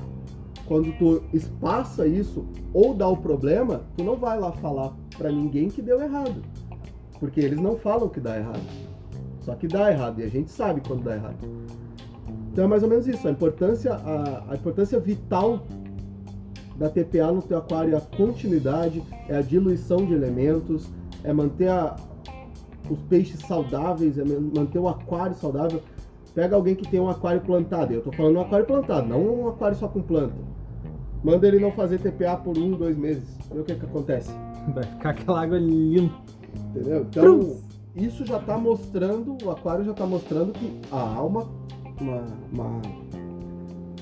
S2: quando tu espaça isso ou dá o problema, tu não vai lá falar pra ninguém que deu errado. Porque eles não falam que dá errado. Só que dá errado e a gente sabe quando dá errado. Então é mais ou menos isso, a importância, a, a importância vital da TPA no teu aquário é a continuidade, é a diluição de elementos, é manter a- os peixes saudáveis, é man- manter o aquário saudável. Pega alguém que tem um aquário plantado, eu tô falando um aquário plantado, não um aquário só com planta. Manda ele não fazer TPA por um, dois meses. Vê o que que acontece.
S1: Vai ficar aquela água limpa.
S2: Entendeu? Então,
S1: Prus.
S2: isso já tá mostrando, o aquário já tá mostrando que há uma, uma, uma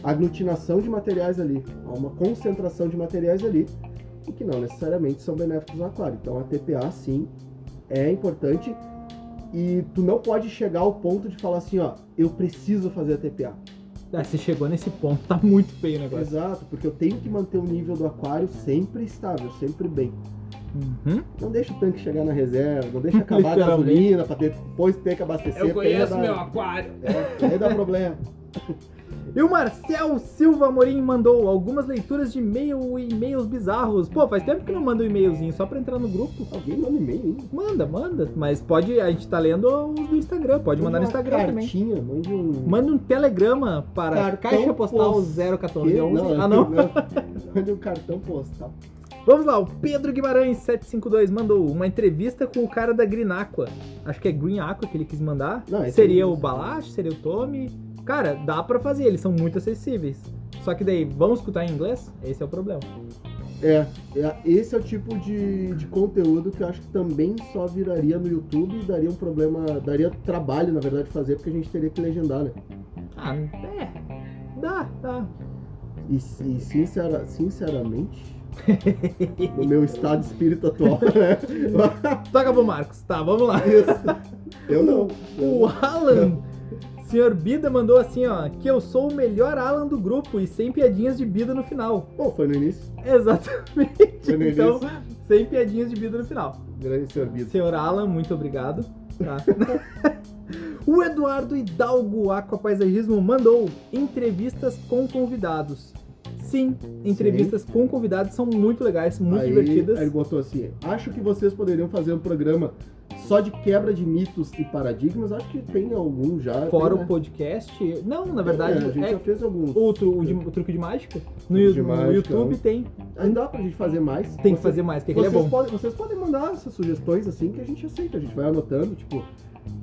S2: aglutinação de materiais ali, há uma concentração de materiais ali, e que não necessariamente são benéficos ao aquário. Então a TPA sim é importante e tu não pode chegar ao ponto de falar assim, ó, eu preciso fazer a TPA.
S1: Ah, você chegou nesse ponto, tá muito feio o negócio.
S2: Exato, porque eu tenho que manter o nível do aquário sempre estável, sempre bem.
S1: Uhum.
S2: Não deixa o tanque chegar na reserva, não deixa acabar a gasolina pra depois ter que abastecer.
S3: Eu
S2: porque aí
S3: conheço
S2: dá-
S3: meu aquário.
S2: é, Aí dá problema.
S1: E o Marcel Silva Morim mandou algumas leituras de e-mail e e-mails bizarros. Pô, faz tempo que não manda um e-mailzinho só pra entrar no grupo.
S2: Alguém manda e-mail, hein?
S1: Manda, manda. Mas pode, a gente tá lendo os do Instagram, pode mandar no
S2: Mande uma
S1: Instagram também.
S2: cartinha, Mande um.
S1: Manda um telegrama para
S2: Cartão
S1: Caixa Postal
S2: pos- Que?
S1: 01411.
S2: Não,
S1: ah, não.
S2: Mande um cartão postal.
S1: Vamos lá, o Pedro Guimarães 752 mandou uma entrevista com o cara da Green Aqua. Acho que é Green Aqua que ele quis mandar.
S2: Não, esse
S1: seria
S2: aí-
S1: o Balash, seria o Tommy. Cara, dá pra fazer, eles são muito acessíveis. Só que daí, vamos escutar em inglês? Esse é o problema.
S2: É, é, esse é o tipo de, de conteúdo que eu acho que também só viraria no YouTube e daria um problema, daria trabalho, na verdade, fazer, porque a gente teria que legendar, né?
S1: Ah, é. Dá, dá.
S2: E, e sincera- sinceramente, no meu estado de espírito atual, né?
S1: Toca pro Marcos. Tá, vamos lá.
S2: Isso. Eu não.
S1: O Alan, senhor Bida, mandou assim, ó. Que eu sou o melhor Alan do grupo e sem piadinhas de Bida no final.
S2: Bom, foi no início.
S1: Exatamente.
S2: Foi no
S1: Então, sem piadinhas de Bida no final.
S2: Grande senhor Bito.
S1: Senhor Alan, muito obrigado. tá? o Eduardo Hidalgo Aquapaisagismo mandou entrevistas com convidados. Sim, entrevistas com convidados são muito legais, muito
S2: aí,
S1: divertidas.
S2: aí ele botou assim: acho que vocês poderiam fazer um programa só de quebra de mitos e paradigmas. Acho que tem algum já.
S1: Fora
S2: tem, né?
S1: o podcast. Não, na
S2: É,
S1: verdade,
S2: a gente
S1: é
S2: já fez alguns.
S1: o, tru- o de- o truque de mágica. No,
S2: Truque de
S1: no
S2: mágica,
S1: YouTube
S2: é.
S1: tem.
S2: Ainda dá pra gente fazer mais.
S1: Tem que
S2: Vocês-
S1: fazer mais, porque aquele
S2: Vocês,
S1: é bom.
S2: podem, vocês podem mandar essas sugestões assim que a gente aceita, a gente vai anotando, tipo,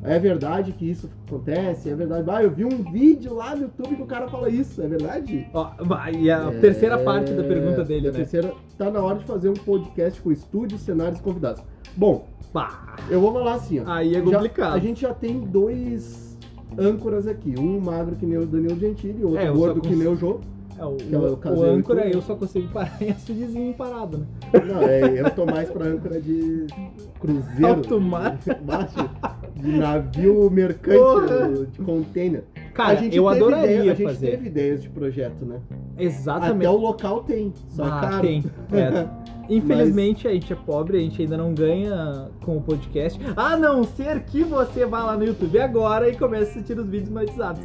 S2: é verdade que isso acontece, é verdade. Ah, eu vi um vídeo lá no YouTube que o cara fala isso, é verdade?
S1: Ó, vai, e a
S2: É,
S1: terceira parte da pergunta dele,
S2: a
S1: né?
S2: Terceira, tá na hora de fazer um podcast com estúdios, cenários e convidados. Bom,
S1: Pá,
S2: eu vou falar assim, ó.
S1: aí é
S2: Já-
S1: complicado.
S2: a gente já tem dois âncoras aqui, um magro que nem o Danilo Gentili, outro
S1: É, eu só
S2: gordo que
S1: cons-
S2: nem o Jô.
S1: É, o,
S2: que é o
S1: o
S2: caseiro
S1: âncora
S2: que-
S1: eu só consigo parar em açudezinho parado, né?
S2: Não, é, eu tô mais pra âncora de cruzeiro.
S1: Alto mar.
S2: Baixo de navio mercante
S1: Porra.
S2: de container.
S1: Cara, eu
S2: teve
S1: adoraria
S2: ideia- a gente
S1: fazer.
S2: teve ideias de projeto, né? Até
S1: Exatamente.
S2: o local tem, só
S1: Ah,
S2: cara.
S1: tem. É. Infelizmente a gente é pobre, a gente ainda não ganha com o podcast. A não ser que você vá lá no YouTube agora e comece a assistir os vídeos monetizados.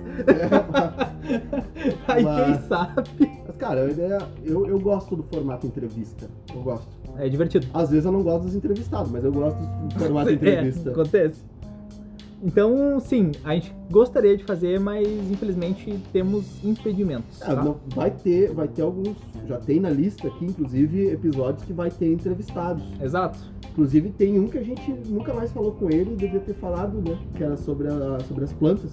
S1: Aí quem
S2: Mas-
S1: sabe.
S2: Mas, cara, a ideia, eu, eu gosto do formato entrevista. Eu gosto.
S1: É divertido.
S2: Às vezes eu não gosto dos entrevistados, mas eu gosto do formato
S1: É,
S2: entrevista.
S1: acontece. Então, sim, a gente gostaria de fazer, mas infelizmente temos impedimentos.
S2: Ah,
S1: tá?
S2: não- vai ter, vai ter alguns, já tem na lista aqui, inclusive, episódios que vai ter entrevistados.
S1: Exato.
S2: Inclusive tem um que a gente nunca mais falou com ele e devia ter falado, né? Que era sobre, a- sobre as plantas.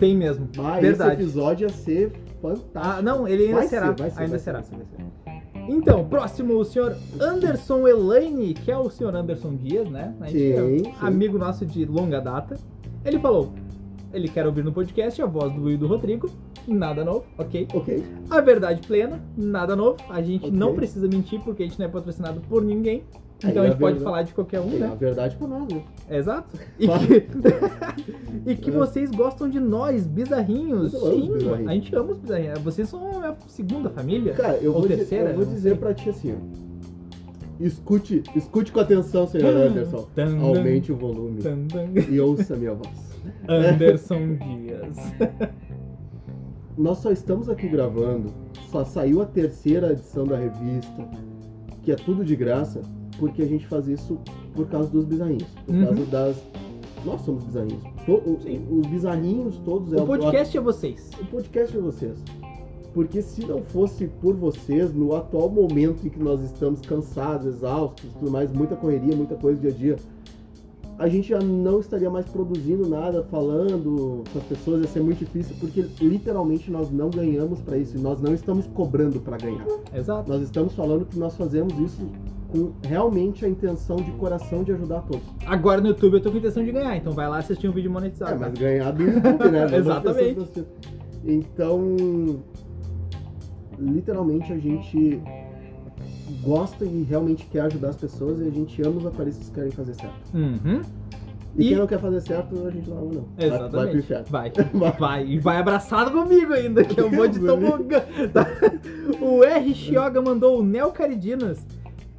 S1: Tem mesmo.
S2: Ah,
S1: Verdade.
S2: esse episódio ia ser
S1: Ah,
S2: fantástico.
S1: não, ele ainda
S2: Tá. Vai
S1: será.
S2: ser, vai ser,
S1: ainda
S2: vai
S1: será.
S2: ser, vai ser, vai ser.
S1: Então, próximo, o senhor Anderson Elaine, que é o senhor Anderson Dias, né? A gente é
S2: Sim,
S1: um
S2: sim.
S1: amigo nosso de longa data. Ele falou: ele quer ouvir no podcast a voz do Will e do Rodrigo, nada novo, ok.
S2: Ok.
S1: A verdade plena, nada novo. A gente
S2: Ok.
S1: não precisa mentir porque a gente não é patrocinado por ninguém.
S2: Aí,
S1: Então a
S2: é
S1: gente pode
S2: verdade.
S1: falar de qualquer um,
S2: É
S1: né?
S2: a verdade pra nós, né?
S1: Exato. E
S2: Fala.
S1: que, e que
S2: É.
S1: vocês gostam de nós, bizarrinhos.
S2: Eu amo os
S1: Sim,
S2: bizarrinhos.
S1: a gente ama os bizarrinhos. Vocês são a segunda família.
S2: Cara, eu
S1: Ou
S2: vou, di-
S1: terceira, né?
S2: eu vou
S1: não
S2: dizer
S1: sei.
S2: pra ti assim, ó. Escute, escute com atenção, senhor Anderson.
S1: Tan, tan,
S2: Aumente o volume
S1: tan, tan.
S2: e ouça a minha voz.
S1: Anderson Dias.
S2: Nós só estamos aqui gravando, só saiu a terceira edição da revista, que é tudo de graça, porque a gente faz isso por causa dos bizarrinhos. Por
S1: Uhum.
S2: causa das. Nós somos bizarrinhos. To- o-
S1: Sim.
S2: os bizarrinhos todos é
S1: O podcast é vocês.
S2: o podcast de vocês. Porque se não fosse por vocês, no atual momento em que nós estamos cansados, exaustos, e tudo mais, muita correria, muita coisa dia a dia, a gente já não estaria mais produzindo nada, falando com as pessoas, ia ser muito difícil, porque literalmente nós não ganhamos para isso, e nós não estamos cobrando para ganhar.
S1: Exato.
S2: Nós estamos falando que nós fazemos isso com realmente a intenção de coração de ajudar todos.
S1: Agora no YouTube eu tô com intenção de ganhar, então vai lá assistir um vídeo monetizado.
S2: É, mas ganhar do YouTube, né? Não
S1: Exatamente.
S2: das pessoas que assistem. Então, literalmente a gente gosta e realmente quer ajudar as pessoas e a gente ama os aparelhos que querem fazer certo.
S1: Uhum.
S2: E,
S1: E-
S2: quem não quer fazer certo, a gente não ama, não. Vai-
S1: Exatamente.
S2: Vai pro inferno.
S1: Vai, vai. E vai abraçado comigo ainda, que eu vou de tobogã. Tá? O R. Chioga mandou o Neo Caridinas.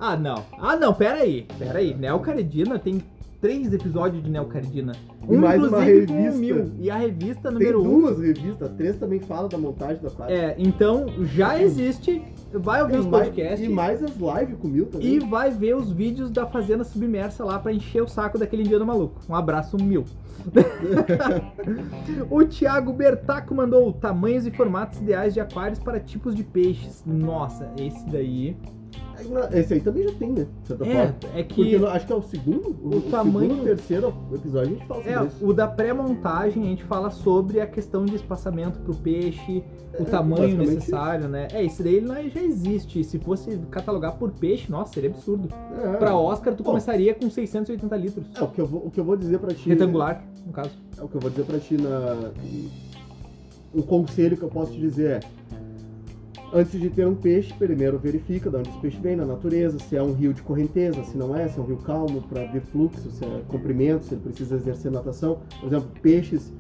S1: Ah, não. Ah, não, peraí.
S2: É.
S1: Peraí. Neocaridina tem três episódios de Neocaridina.
S2: E mais uma
S1: inclusive, com um
S2: revista.
S1: mil. E a revista
S2: Tem
S1: número um.
S2: duas revistas, três também fala da montagem da parte.
S1: É, então já existe. Vai ouvir os
S2: e, mais,
S1: podcasts
S2: e
S1: e,
S2: mais as lives com o Milton. né?
S1: vai ver os vídeos da Fazenda Submersa lá pra encher o saco daquele indiano maluco. Um abraço mil. o Thiago Bertaco mandou tamanhos e formatos ideais de aquários para tipos de peixes. Nossa, esse daí.
S2: É Esse aí também já tem, né? De certa forma.
S1: É, é
S2: Porque
S1: que.
S2: não- acho que é o segundo, o, o
S1: tamanho-
S2: segundo, terceiro episódio a gente fala sobre
S1: É,
S2: isso.
S1: o da pré-montagem a gente fala sobre a questão de espaçamento pro peixe, o
S2: É,
S1: tamanho
S2: basicamente
S1: necessário, né? É, isso daí não é- já existe. Se fosse catalogar por peixe, nossa, seria absurdo.
S2: É,
S1: Pra Oscar, tu
S2: Bom.
S1: começaria com 680 litros.
S2: é, o que eu vou, o que eu vou dizer pra ti.
S1: Retangular, no caso.
S2: É o que eu vou dizer pra ti na. Um conselho que eu posso te dizer é. Antes de ter um peixe, primeiro verifica de onde esse peixe vem na natureza, se é um rio de correnteza, se não é, se é um rio calmo, para ver fluxo, se é comprimento, se ele precisa exercer natação. Por exemplo, peixes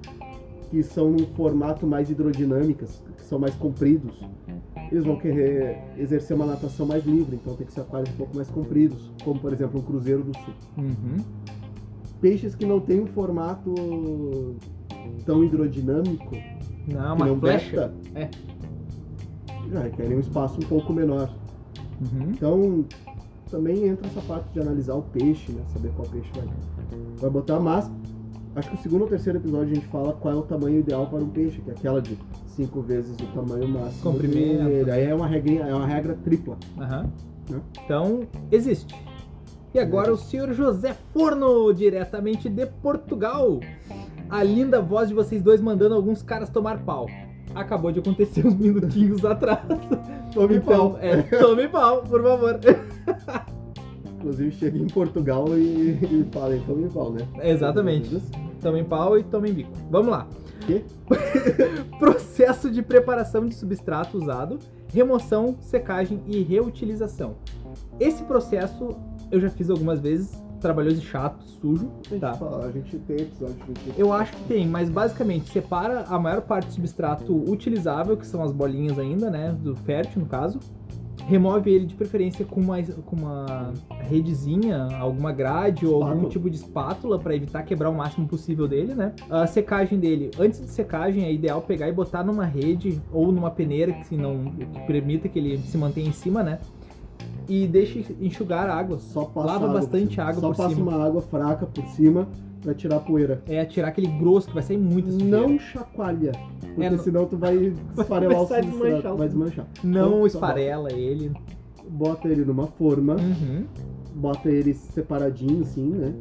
S2: que são num formato mais hidrodinâmicas, que são mais compridos, eles vão querer exercer uma natação mais livre, então tem que ser aquários um pouco mais compridos, como por exemplo um cruzeiro do sul
S1: Uhum.
S2: peixes que não tem um formato tão hidrodinâmico,
S1: Não,
S2: que
S1: É uma
S2: não
S1: flecha.
S2: beta,
S1: É.
S2: já requerem um espaço um pouco menor.
S1: Uhum.
S2: Então, também entra essa parte de analisar o peixe, né? Saber qual peixe vai, vai botar, mas acho que o segundo ou terceiro episódio a gente fala qual é o tamanho ideal para um peixe, que é aquela de cinco vezes o tamanho máximo
S1: Comprimento.
S2: dele. Aí é uma regrinha, é uma regra tripla.
S1: Aham.
S2: Né?
S1: Então, existe. E agora o senhor José Forno, diretamente de Portugal. A linda voz de vocês dois mandando alguns caras tomar pau. Acabou de acontecer uns minutinhos atrás.
S2: Tome
S1: então,
S2: pau.
S1: é, tome pau, por favor.
S2: Inclusive chega em Portugal e, e fala, então me pau, né?
S1: Exatamente. Tomem pau e tomem bico. Vamos lá.
S2: Quê?
S1: Processo de preparação de substrato usado, remoção, secagem e reutilização. Esse processo eu já fiz algumas vezes, trabalhoso e chato, sujo. Tá.
S2: Fala, A gente tem episódio de
S1: Eu acho que tem, mas basicamente separa a maior parte do substrato utilizável, que são as bolinhas ainda, né? Do fértil, no caso. Remove ele de preferência com uma, com uma redezinha, alguma grade ou algum
S2: Espátula.
S1: tipo de espátula para evitar quebrar o máximo possível dele, né? A secagem dele, antes de secagem, é ideal pegar e botar numa rede ou numa peneira que, se não, que permita que ele se mantenha em cima, né? E deixe enxugar a água.
S2: Só passa
S1: Lava
S2: água
S1: bastante
S2: por cima.
S1: água
S2: Só
S1: por
S2: passa
S1: cima.
S2: uma água fraca por cima pra tirar a poeira.
S1: É tirar aquele grosso que vai sair muito
S2: Não chacoalha, porque
S1: É, não-
S2: senão tu vai esfarelar o
S1: Vai
S2: substrato,
S1: desmanchar o
S2: vai desmanchar.
S1: Não
S2: Então,
S1: esfarela ele.
S2: Bota ele numa forma,
S1: Uhum.
S2: bota ele separadinho assim, né?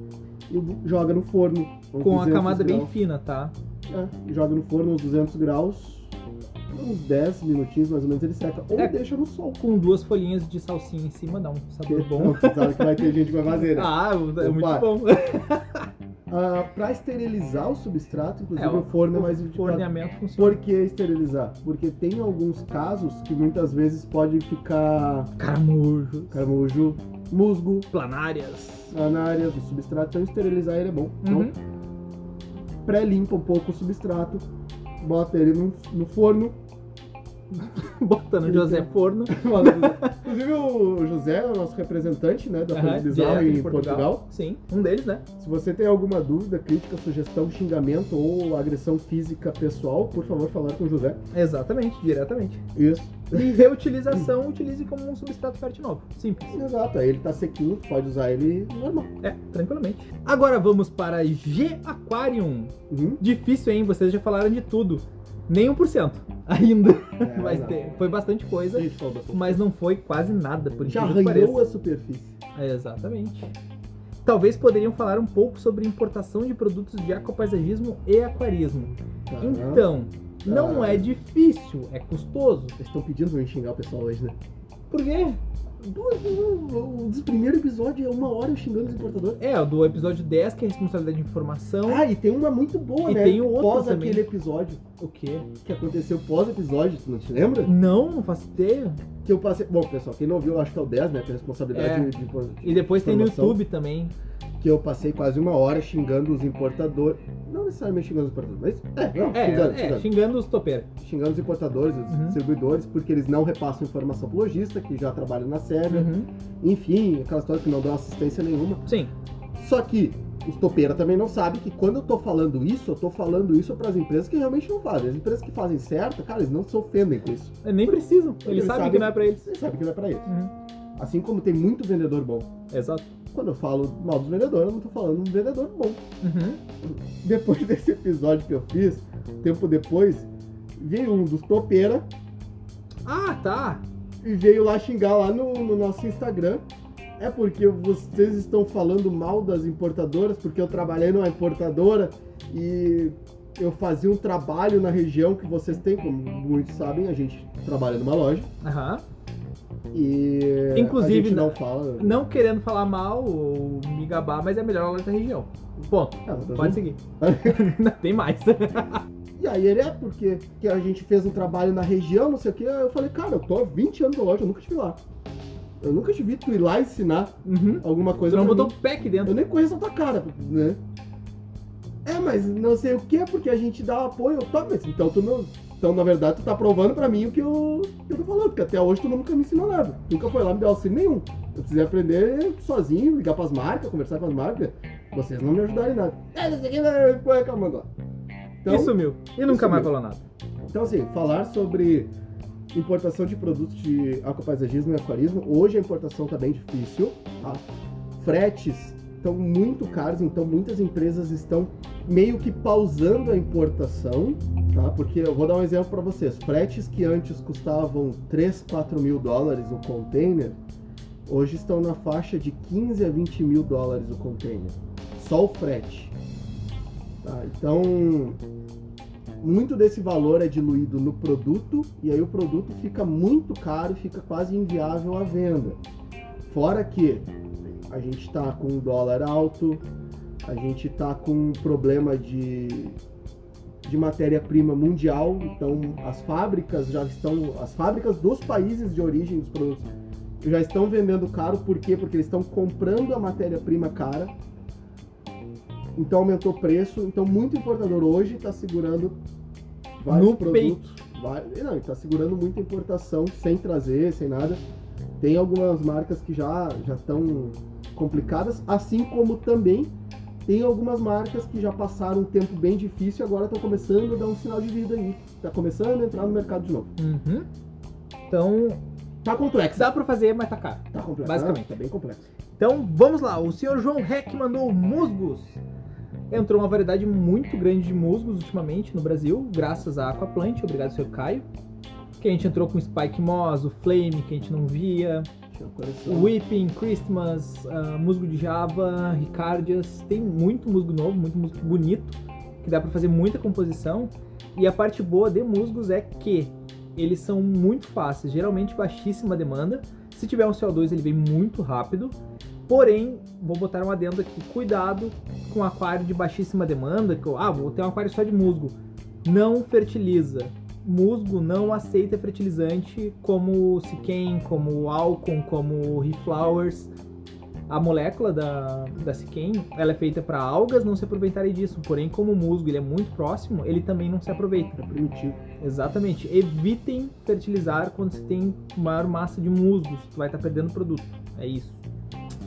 S2: E joga no forno. uns
S1: Com a
S2: 200
S1: camada bem
S2: graus.
S1: fina, tá?
S2: É, joga no forno uns 200 graus, uns 10 minutinhos mais ou menos ele seca. Ou
S1: É.
S2: deixa no sol.
S1: Com duas folhinhas de salsinha em cima, dá um sabor bom.
S2: Porque sabe que vai ter gente que vai fazer, né?
S1: Ah, é muito
S2: Opa.
S1: bom.
S2: Ah, pra esterilizar o substrato, inclusive
S1: É,
S2: o forno é mais
S1: o
S2: indicado.
S1: forneamento funciona.
S2: Por que esterilizar? Porque tem alguns casos que muitas vezes pode ficar
S1: Caramujo,
S2: caramujo, musgo,
S1: planárias.
S2: anárias, o substrato. Então esterilizar ele é bom.
S1: Uhum.
S2: Então pré-limpa um pouco o substrato, bota ele no, no forno.
S1: Bota no José Forno.
S2: Inclusive o José é o nosso representante né, da
S1: Aham,
S2: uhum, Bizarro
S1: direto de
S2: em Portugal.
S1: Sim, um deles, né?
S2: Se você tem alguma dúvida, crítica, sugestão, xingamento ou agressão física pessoal, por favor, falar com o José.
S1: Exatamente, diretamente.
S2: Isso.
S1: E reutilização, utilize como um substrato fértil novo. Simples.
S2: Exato, aí ele tá sequinho, tu pode usar ele normal.
S1: É, tranquilamente. Agora vamos para G Aquarium.
S2: Uhum.
S1: Difícil, hein? Vocês já falaram de tudo. Nem 1% ainda.
S2: É,
S1: Mas
S2: não.
S1: tem- foi bastante coisa.
S2: A gente falou bastante.
S1: mas não foi quase nada, por
S2: Já
S1: incrível que
S2: arranhou
S1: pareça.
S2: a superfície.
S1: É, exatamente. Talvez poderiam falar um pouco sobre importação de produtos de aquapaisagismo e aquarismo.
S2: Caramba.
S1: Então, não
S2: Ah.
S1: é difícil, é custoso.
S2: Eles estão pedindo pra eu xingar o pessoal hoje, né?
S1: Por quê?
S2: O primeiro episódio é uma hora eu xingando os importadores.
S1: É, o do episódio 10, que é responsabilidade de informação.
S2: Ah, e tem uma muito boa,
S1: Então, E
S2: né?
S1: tem o outro
S2: pós
S1: também.
S2: aquele episódio.
S1: O quê?
S2: Que aconteceu pós episódio, tu não te lembra?
S1: Não, não faço ideia.
S2: Que eu passei. Bom, pessoal, quem não viu, eu acho que é o 10, né? Que é a responsabilidade
S1: É.
S2: de. de-
S1: E depois tem no
S2: Informação.
S1: YouTube também.
S2: que eu passei quase uma hora xingando os importadores. Não necessariamente xingando os importadores, mas. É, não,
S1: É,
S2: xingando,
S1: é,
S2: xingando.
S1: xingando os topeiros.
S2: Xingando os importadores, os
S1: Uhum.
S2: distribuidores, porque eles não repassam informação pro lojista, que já trabalha na Sérvia.
S1: Uhum.
S2: Enfim, aquela história que não dão assistência nenhuma.
S1: Sim.
S2: Só que os topeira também não sabem que quando eu tô falando isso, eu tô falando isso pras empresas que realmente não fazem. As empresas que fazem certo, cara, eles não se ofendem com isso.
S1: Eles é Nem precisam. Eles,
S2: Eles
S1: sabem
S2: sabem-
S1: que não é pra eles.
S2: Eles sabem que não é pra eles.
S1: Uhum.
S2: Assim como tem muito vendedor bom.
S1: Exato.
S2: Quando eu falo mal dos vendedores, eu não tô falando de um vendedor bom.
S1: Uhum.
S2: Depois desse episódio que eu fiz, tempo depois, veio um dos topeira
S1: Ah, tá.
S2: e veio lá xingar lá no, no nosso Instagram. É porque vocês estão falando mal das importadoras, porque eu trabalhei numa importadora e eu fazia um trabalho na região que vocês têm, como muitos sabem, a gente trabalha numa loja
S1: Aham.
S2: e
S1: Inclusive, né?
S2: a gente não
S1: na-
S2: fala.
S1: Não querendo falar mal ou me gabar, mas é a melhor loja da região. Ponto.
S2: Ah, mas
S1: Pode
S2: não-
S1: seguir. Não, Tem mais.
S2: E aí ele é porque que a gente fez um trabalho na região, não sei o que. Eu falei, cara, eu tô há 20 anos na loja, eu nunca te vi lá. Eu nunca te vi tu ir lá ensinar
S1: Uhum.
S2: alguma
S1: Você
S2: coisa.
S1: não
S2: pra
S1: botou
S2: mim.
S1: o pé aqui dentro.
S2: Eu nem conheço a tua cara, né? É, mas não sei o que, porque a gente dá apoio. Tá, mas então tu não. Então, na verdade, tu tá provando pra mim o que eu, que eu tô falando, porque até hoje tu nunca me ensinou nada. Nunca foi lá me deu auxílio nenhum. Eu precisei aprender sozinho, ligar pras marcas, conversar com as marcas. Vocês não me ajudaram em nada. É, não sei o que, ficou reclamando lá. Então,
S1: e sumiu. E nunca
S2: sumiu.
S1: mais falou nada.
S2: então, assim, falar sobre importação de produtos de aquapaisagismo e aquarismo, hoje a importação está bem difícil, tá? Fretes estão muito caros, então muitas empresas estão meio que pausando a importação, tá? Porque eu vou dar um exemplo para vocês. Fretes que antes custavam 3, 4 mil dólares o container, hoje estão na faixa de 15 a 20 mil dólares o container. Só o frete. Tá? Então, muito desse valor é diluído no produto e aí o produto fica muito caro e fica quase inviável à venda. Fora que a gente está com o dólar alto, a gente está com um problema de, de matéria-prima mundial, então as fábricas já estão, as fábricas dos países de origem dos produtos já estão vendendo caro, por quê? Porque eles estão comprando a matéria-prima cara então aumentou o preço. Então muito importador hoje está segurando vários
S1: No
S2: produtos. vai- Não, está segurando muita importação sem trazer, sem nada. Tem algumas marcas que já já estão complicadas, assim como também tem algumas marcas que já passaram um tempo bem difícil e agora estão começando a dar um sinal de vida aí. Está começando a entrar no mercado de novo.
S1: Uhum. Então,
S2: Tá complexo.
S1: dá pra fazer, mas tá caro.
S2: Tá complexo.
S1: Basicamente.
S2: Tá bem complexo.
S1: Então vamos lá, o senhor João Heck mandou musgos. Entrou uma variedade muito grande de musgos ultimamente no Brasil, graças à Aquaplant, obrigado senhor Caio. Que a gente entrou com Spike Moss, o Flame, que a gente não via,
S2: Tinha um coração.
S1: o Whipping, Christmas, ah, musgo de Java, Ricardias. Tem muito musgo novo, muito musgo bonito, que dá pra fazer muita composição. E a parte boa de musgos é que eles são muito fáceis, geralmente baixíssima demanda. Se tiver um CO2, ele vem muito rápido. Porém, vou botar um adendo aqui: cuidado com aquário de baixíssima demanda. Que eu, ah, vou ter um aquário só de musgo. Não fertiliza. Musgo não aceita fertilizante como o Siquem, como o Alcon, como o Reflowers. A molécula da, da Siquem, ela é feita para algas não se aproveitarem disso. Porém, como o musgo ele é muito próximo, ele também não se aproveita.
S2: Era É primitivo.
S1: Exatamente. Evitem fertilizar quando você tem maior massa de musgos. Tu vai estar perdendo produto. É isso.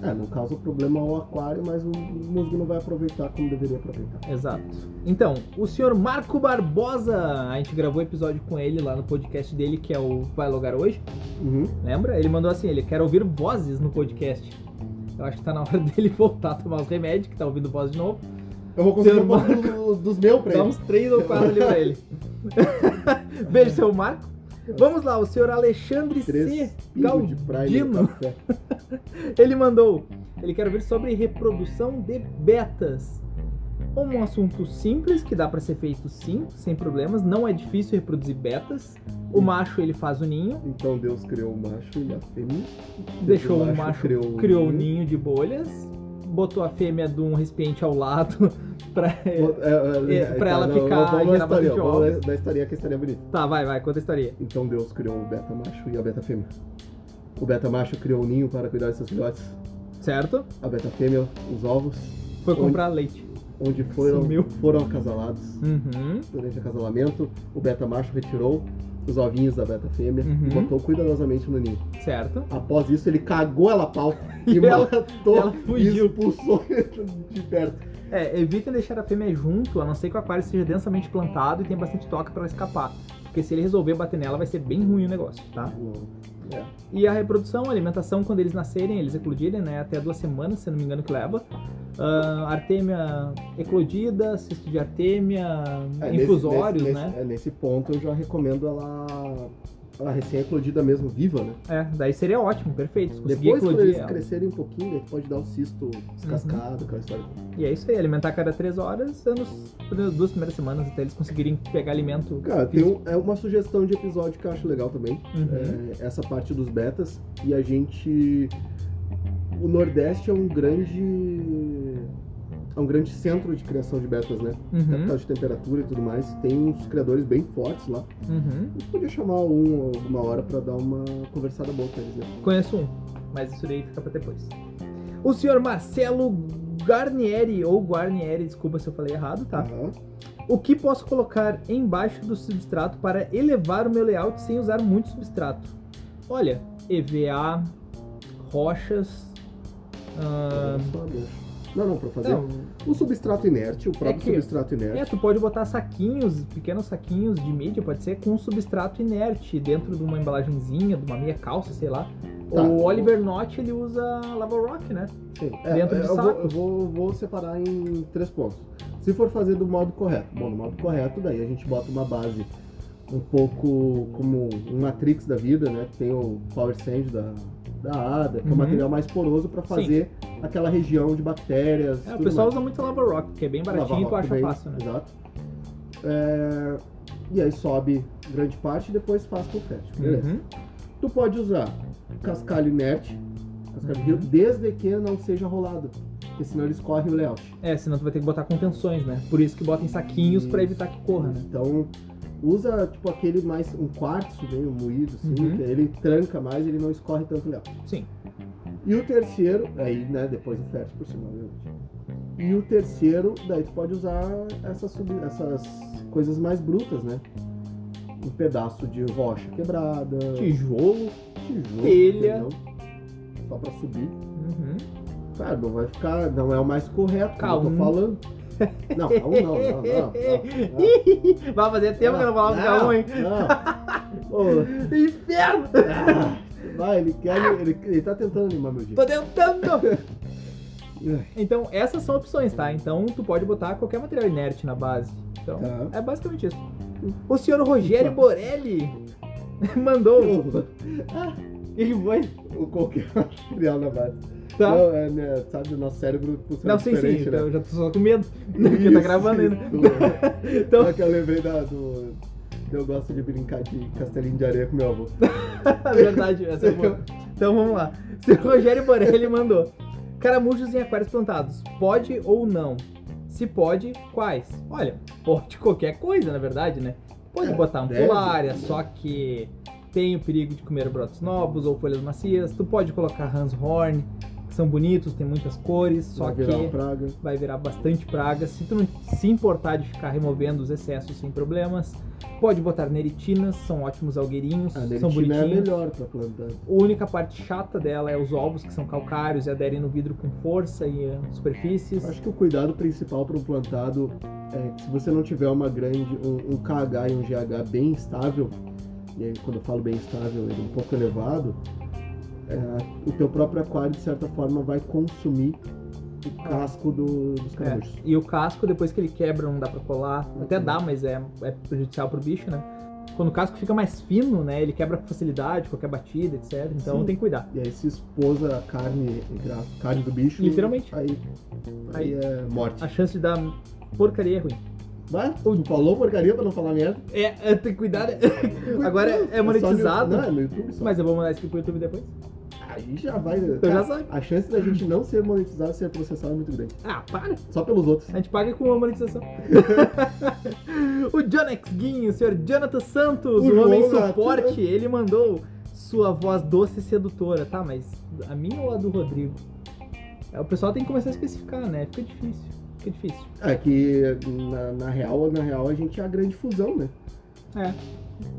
S2: É, não causa problema ao aquário, mas o musgo não vai aproveitar como deveria aproveitar.
S1: Exato. Então, o senhor Marco Barbosa, a gente gravou episódio com ele lá no podcast dele, que é o Vai Logar Hoje,
S2: Uhum.
S1: lembra? Ele mandou assim, ele quer ouvir vozes no podcast. Eu acho que tá na hora dele voltar a tomar os remédios, que tá ouvindo voz de novo.
S2: Eu vou conseguir
S1: Seu
S2: um pouco do- dos meus pra
S1: Dá
S2: ele.
S1: uns três ou quatro ali pra ele. Beijo, seu Marco. Vamos lá, o senhor Alexandre C.
S2: Três pingos de praia tá
S1: Galdino.
S2: no café.
S1: Ele mandou.
S2: Uhum.
S1: Ele quer ouvir sobre reprodução de betas. Um assunto simples que dá pra ser feito sim, sem problemas. Não é difícil reproduzir betas. O macho ele faz o ninho,
S2: Então Deus criou o macho e a fêmea.
S1: deixou o
S2: macho,
S1: macho,
S2: criou o
S1: criou o
S2: ninho.
S1: ninho de bolhas, botou a fêmea de um recipiente ao lado pra.
S2: É,
S1: É, pra ela ficar
S2: Vamos
S1: e gerar
S2: lá, história,
S1: bastante
S2: vamos lá
S1: ovos.
S2: da história que a história é bonita.
S1: Tá, vai, vai, conta a história.
S2: Então Deus criou o beta macho e a beta fêmea. O beta macho criou o ninho para cuidar de seus filhotes.
S1: certo?
S2: A beta fêmea, os ovos,
S1: Foi
S2: Onde-
S1: comprar leite.
S2: onde foram,
S1: Sumiu.
S2: foram acasalados.
S1: Uhum.
S2: Durante o acasalamento, o beta macho retirou os ovinhos da beta fêmea
S1: Uhum.
S2: e botou cuidadosamente no ninho.
S1: Certo?
S2: Após isso, ele cagou ela a pau e,
S1: E ela-
S2: matou
S1: e ela fugiu.
S2: e expulsou de perto.
S1: É, evitem deixar a fêmea junto, a não ser que o aquário seja densamente plantado e tenha bastante toca pra ela escapar. Porque se ele resolver bater nela, vai ser bem ruim o negócio, tá?
S2: É.
S1: E a reprodução, a alimentação, quando eles nascerem, eles eclodirem, né? Até duas semanas, se eu não me engano, que leva. Ah, artêmia eclodida, cisto de artêmia,
S2: É, nesse-
S1: infusórios,
S2: nesse-
S1: né?
S2: Nesse, é, nesse ponto, eu já recomendo ela, ela recém-eclodida mesmo, viva, né?
S1: É, daí seria ótimo, perfeito. se Conseguir
S2: Depois, quando
S1: eclodir
S2: eles
S1: ela.
S2: crescerem um pouquinho, daí tu pode dar o cisto descascado, aquela história.
S1: E é isso aí, alimentar a cada três horas, anos, duas primeiras semanas, até eles conseguirem pegar alimento.
S2: Cara, tem um- é uma sugestão de episódio que eu acho legal também.
S1: Uhum.
S2: é, essa parte dos betas e a gente o Nordeste é um grande é um grande centro de criação de betas, né? Capital
S1: Uhum.
S2: de temperatura e tudo mais, tem uns criadores bem fortes lá.
S1: Uhum.
S2: A gente podia chamar um alguma hora pra dar uma conversada boa com eles, né?
S1: Conheço um, mas isso daí fica pra depois. O senhor Marcelo Garnieri, ou Guarnieri, desculpa se eu falei errado, tá?
S2: Aham.
S1: O que posso colocar embaixo do substrato para elevar o meu layout sem usar muito substrato? Olha, EVA, rochas. ah,
S2: Só deixa. Não, não, pra fazer.
S1: não,
S2: O substrato inerte, o próprio
S1: que-
S2: substrato inerte.
S1: é, tu pode botar saquinhos, pequenos saquinhos de mídia, pode ser com substrato inerte dentro de uma embalagenzinha, de uma meia calça, sei lá.
S2: Tá.
S1: O Oliver Notch ele usa Lava Rock, né?
S2: Sim. É,
S1: Dentro de
S2: eu, vou, eu
S1: sacos.
S2: vou- vou separar em três pontos. Se for fazer do modo correto, bom, no modo correto, daí a gente bota uma base um pouco como um Matrix da vida, né? Tem o Power Sand da, da ADA, que é
S1: Uhum.
S2: o material mais poroso para fazer aquela região de bactérias.
S1: É, o
S2: tudo
S1: pessoal
S2: mais.
S1: usa muito Lava Rock, que é bem baratinho e tu
S2: Lava
S1: acha
S2: Rock bem,
S1: fácil, né?
S2: Exato. É, e aí sobe grande parte e depois faz confete, beleza?
S1: Uhum.
S2: Tu pode usar cascalho inerte, cascalho
S1: Uhum.
S2: rio, desde que não seja rolado, porque senão ele escorre o layout.
S1: É, senão tu vai ter que botar contenções, né? Por isso que botam em saquinhos pra evitar que corra, né?
S2: Então usa tipo aquele mais um quartzo meio moído, assim,
S1: Uhum.
S2: que ele tranca mais, ele não escorre tanto o layout.
S1: Sim.
S2: E o terceiro, aí né, depois o fértil por cima, obviamente. E o terceiro, daí tu pode usar essas, sub- essas coisas mais brutas, né? Um pedaço de rocha quebrada,
S1: Tijolo.
S2: tijolo,
S1: telha.
S2: entendeu? só pra subir.
S1: Uhum.
S2: Cara, não vai ficar. Não é o mais correto,
S1: Calmo.
S2: como eu tô falando. Não, calmo não, não, não. não,
S1: Vai fazer tempo que eu não falava de K1, hein?
S2: não. Ô, ah,
S1: Inferno!
S2: vai, ele quer. Ele, ele tá tentando animar meu dia.
S1: Tô tentando! Então, essas são opções, tá? Então, tu pode botar qualquer material inerte na base. Então,
S2: Tá.
S1: é basicamente isso. O senhor Rogério Borelli mandou. Ele foi.
S2: Ou qualquer é material na base.
S1: Tá? Não,
S2: Não, é, né, sabe, o nosso cérebro funciona
S1: sim, sim.
S2: diferente,
S1: então
S2: né?
S1: Eu já tô só com medo. Porque tá gravando ainda.
S2: ainda.
S1: Então,
S2: que eu lembrei da, do. Eu gosto de brincar de castelinho de areia com meu avô.
S1: É verdade, essa é boa. Então vamos lá. Seu Rogério Borelli mandou. Caramujos em aquários plantados, pode ou não? Se pode, quais? Olha, pode qualquer coisa, na verdade, né? Pode
S2: É,
S1: botar
S2: deve.
S1: ampulária, só que tem o perigo de comer brotos novos ou folhas macias. Tu pode colocar Hanshorn, que são bonitos, tem muitas cores, só
S2: Vai
S1: que
S2: virar um uma praga.
S1: vai virar bastante praga. Se tu não se importar de ficar removendo os excessos sem problemas, pode botar neritinas, são ótimos algueirinhos,
S2: A
S1: são
S2: neritina é a
S1: bonitinhos.
S2: melhor pra plantar.
S1: A única parte chata dela é os ovos que são calcários e aderem no vidro com força e eh, superfícies.
S2: Eu Acho que o cuidado principal para um plantado é que se você não tiver uma grande, um, um KH e um GH bem estável, e aí quando eu falo bem estável, ele é um pouco elevado, é, o teu próprio aquário de certa forma vai consumir o casco do- dos
S1: É,
S2: caramujos.
S1: E o casco, depois que ele quebra, não dá pra colar. Até dá, mas é, é prejudicial pro bicho, né? Quando o casco fica mais fino, né? Ele quebra com facilidade, qualquer batida, etc. Então
S2: Sim.
S1: tem que cuidar.
S2: E aí se expôs a carne, gra- carne do bicho,
S1: Literalmente.
S2: aí, aí é morte.
S1: A chance de dar porcaria é ruim.
S2: Mas tu falou porcaria pra não falar merda?
S1: É, é, tem que cuidar. né? Agora é
S2: só no-
S1: monetizado?
S2: não, é no YouTube só.
S1: Mas eu vou mandar isso aqui pro YouTube depois.
S2: Aí já vai...
S1: Então já sabe.
S2: A chance da gente não ser monetizado, ser processado é muito grande.
S1: Ah, para!
S2: Só pelos outros.
S1: A gente paga com a monetização. o Jonex Guinho, o senhor Jonathan Santos,
S2: O
S1: o, homem
S2: Jonathan.
S1: suporte, ele mandou sua voz doce e sedutora, tá? Mas a minha ou a do Rodrigo? O pessoal tem que começar a especificar, né? Fica difícil. Fica difícil.
S2: É que na, na real, na real a gente é a grande fusão, né?
S1: É,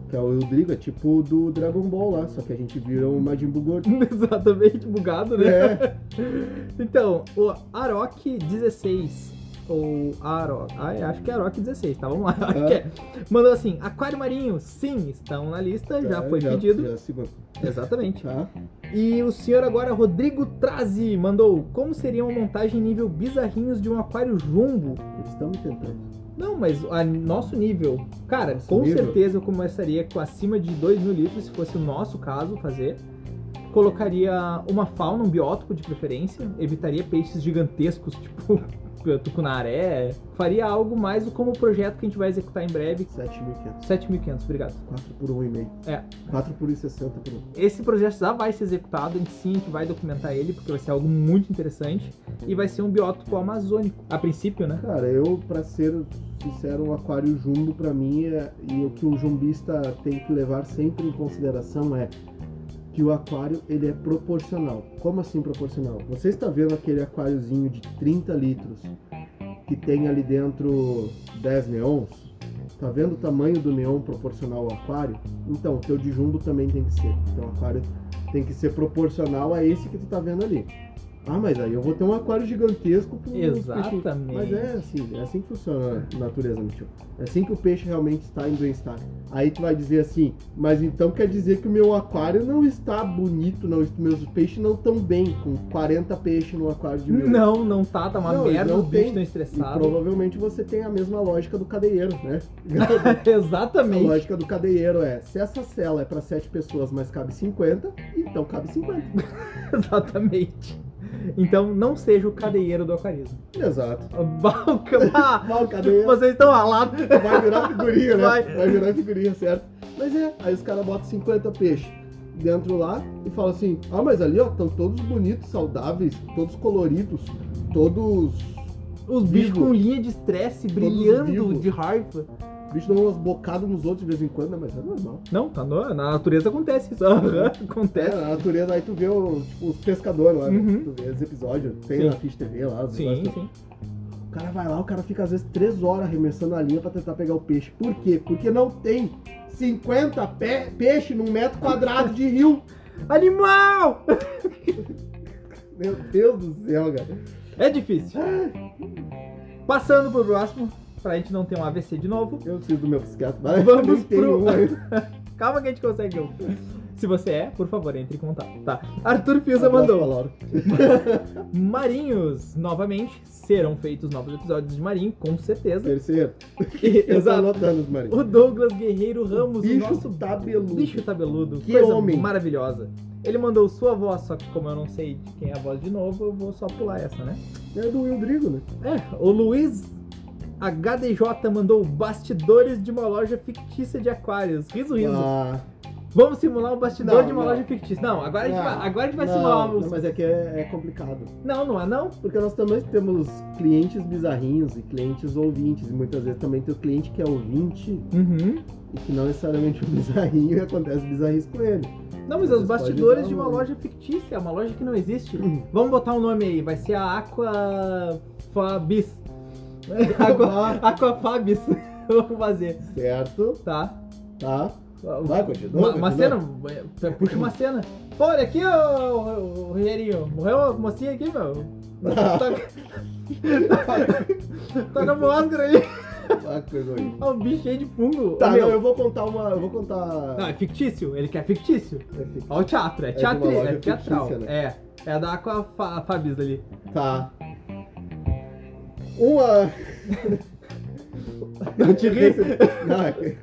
S2: Que é o Rodrigo, é tipo do Dragon Ball lá, só que a gente virou um Majin Buu gordo.
S1: exatamente bugado, né?
S2: É,
S1: Então, o Arok 16. Ou Arok. Ah, é, acho que é Arok 16, tá? Vamos lá. Acho que é. Mandou assim: Aquário Marinho, sim, estão na lista, já
S2: é,
S1: foi pedido.
S2: Já, se man-
S1: Exatamente.
S2: tá?
S1: E o senhor agora, Rodrigo Trazi, mandou: Como seria uma montagem nível bizarrinhos de um aquário jumbo?
S2: Eles estão me tentando.
S1: Não, mas a nosso nível. Cara,
S2: Nosso
S1: com
S2: nível?
S1: certeza eu começaria com acima de 2 mil litros, se fosse o nosso caso fazer. Colocaria uma fauna, um biótipo de preferência. Evitaria peixes gigantescos, tipo tucunaré. Faria algo mais como o projeto que a gente vai executar em breve.
S2: 7.500.
S1: 7.500, obrigado.
S2: 4 por 1,5.
S1: É.
S2: 4 por 1,60 por 1.
S1: Esse projeto já vai ser executado, a gente sim que vai documentar ele, porque vai ser algo muito interessante. E vai ser um biótipo amazônico, a princípio, né?
S2: Cara, eu, pra ser sincero, um aquário jumbo pra mim é, e o que o jumbista tem que levar sempre em consideração é que o aquário ele é proporcional. Como assim proporcional? Você está vendo aquele aquáriozinho de 30 litros que tem ali dentro 10 neons? Tá vendo o tamanho do neon proporcional ao aquário? Então, o teu de jumbo também tem que ser. Então, o aquário tem que ser proporcional a esse que tu tá vendo ali. Ah, mas aí eu vou ter um aquário gigantesco com um uns peixinhos.
S1: Exatamente.
S2: Hum, Mas é assim, é assim que funciona a natureza, Michel. É assim que o peixe realmente está em bem-estar. Aí tu vai dizer assim, mas então quer dizer que o meu aquário não está bonito, não, meus peixes não estão bem, com 40 peixes no aquário de mil.
S1: Não, não tá, tá uma
S2: Não,
S1: merda,
S2: não
S1: os bichos estão
S2: tem. E
S1: estressados.
S2: provavelmente você tem a mesma lógica do cadeieiro, né? A
S1: Exatamente.
S2: lógica do cadeieiro é, se essa cela é para 7 pessoas, mas cabe 50, então cabe 50.
S1: Exatamente. Então não seja o cadeieiro do aquarismo.
S2: Exato.
S1: Balca, ah,
S2: Mal, cadeieiro.
S1: vocês estão alados.
S2: Vai virar figurinha, né?
S1: Vai.
S2: Vai, virar figurinha, certo? Mas é, aí os caras botam 50 peixes dentro lá e falam assim: ah, mas ali, ó, estão todos bonitos, saudáveis, todos coloridos, todos.
S1: Os bichos
S2: Vivo.
S1: com linha de estresse brilhando
S2: vivo.
S1: de raiva.
S2: O bicho dão umas bocadas nos outros de vez em quando, né? mas é normal.
S1: Não, tá no- na natureza acontece isso. Aham,
S2: É,
S1: acontece.
S2: a natureza, aí tu vê o- tipo, os pescadores lá, né?
S1: Uhum.
S2: Tu vê os episódios, tem
S1: Sim.
S2: na Fish TV lá, os
S1: Sim,
S2: negócios.
S1: sim.
S2: O cara vai lá, o cara fica às vezes 3 horas arremessando a linha pra tentar pegar o peixe. Por quê? Porque não tem 50 pe peixe num metro quadrado de rio.
S1: Animal!
S2: Meu Deus do céu, cara.
S1: É difícil. Passando pro próximo, pra gente não ter um AVC de novo.
S2: Eu preciso do meu psiquiatra. Vai,
S1: Vamos
S2: nem tem
S1: pro-
S2: um aí.
S1: Calma que a gente consegue um. Se você é, por favor, entre em contato. Tá. Arthur Fiusa
S2: Abraço
S1: mandou.
S2: pra Laura.
S1: Marinhos, novamente, serão feitos novos episódios de Marinho, com certeza.
S2: Terceiro.
S1: E-
S2: Eu tô
S1: Exato.
S2: anotando os marinhos.
S1: O Douglas Guerreiro Ramos, o
S2: Bicho
S1: nosso
S2: tabeludo.
S1: bicho tabeludo,
S2: Que
S1: coisa
S2: homem.
S1: maravilhosa. Ele mandou sua voz, só que como eu não sei de quem é a voz de novo, eu vou só pular essa, né?
S2: É do Rodrigo, né?
S1: É, o Luiz HDJ mandou bastidores de uma loja fictícia de aquários. Riso, riso.
S2: Ah,
S1: Vamos simular um bastidor
S2: Não,
S1: de uma
S2: não.
S1: loja fictícia. Não, agora a gente
S2: Não,
S1: vai, agora a gente vai simular
S2: não,
S1: um...
S2: não, mas é que é, é complicado.
S1: Não, não é não?
S2: Porque nós também temos clientes bizarrinhos e clientes ouvintes. E muitas vezes também tem o cliente que é ouvinte
S1: Uhum.
S2: e que não necessariamente é um bizarrinho e acontece bizarrice com ele.
S1: Não, mas é os
S2: Vocês podem
S1: bastidores
S2: dar
S1: de uma
S2: um-
S1: loja fictícia, é uma loja que não existe.
S2: Hum.
S1: Vamos botar um nome aí, vai ser a Aqua Fabis. Aqua,
S2: Agora,
S1: Aqua Fabis. Vamos fazer,
S2: certo,
S1: tá?
S2: tá? Vai, continua.
S1: Uma, uma
S2: continua.
S1: cena, é, puxa uma cena. Pô, olha aqui, ô, ô, ô, Rogerinho, morreu a mocinha aqui, meu. Toca, toca pro Oscar aí.
S2: Ah, que coisa horrível.
S1: Ó, um bicho cheio de fungo. Ô,
S2: Tá,
S1: meu.
S2: não, eu vou contar uma. Eu vou contar.
S1: Não, é fictício, ele quer fictício.
S2: Enfim.
S1: Ó o teatro, é
S2: de uma
S1: teatro, é,
S2: loja
S1: teatral.
S2: fictícia, né?
S1: É, é da Aqua Fa- Fabis ali.
S2: Tá. Uma. Não
S1: te ri.
S2: vi Não, é que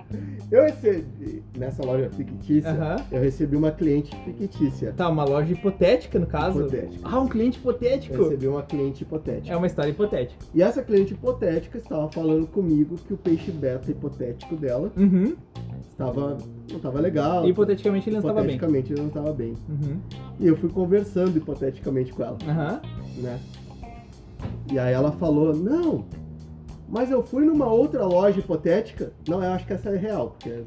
S2: eu recebi. Nessa loja fictícia,
S1: Aham.
S2: eu recebi uma cliente fictícia.
S1: Tá, uma loja hipotética no caso.
S2: Hipotética.
S1: Ah, um cliente
S2: Eu
S1: hipotético.
S2: recebi uma cliente hipotética.
S1: É uma história hipotética.
S2: E essa cliente hipotética estava falando comigo que o peixe beta hipotético dela
S1: Uhum.
S2: estava. não estava legal.
S1: Hipoteticamente ele não estava bem.
S2: Hipoteticamente ele não estava bem.
S1: Uhum.
S2: E eu fui conversando hipoteticamente com ela.
S1: Aham.
S2: né? E aí ela falou, não, mas eu fui numa outra loja hipotética. Não, eu acho que essa é real, porque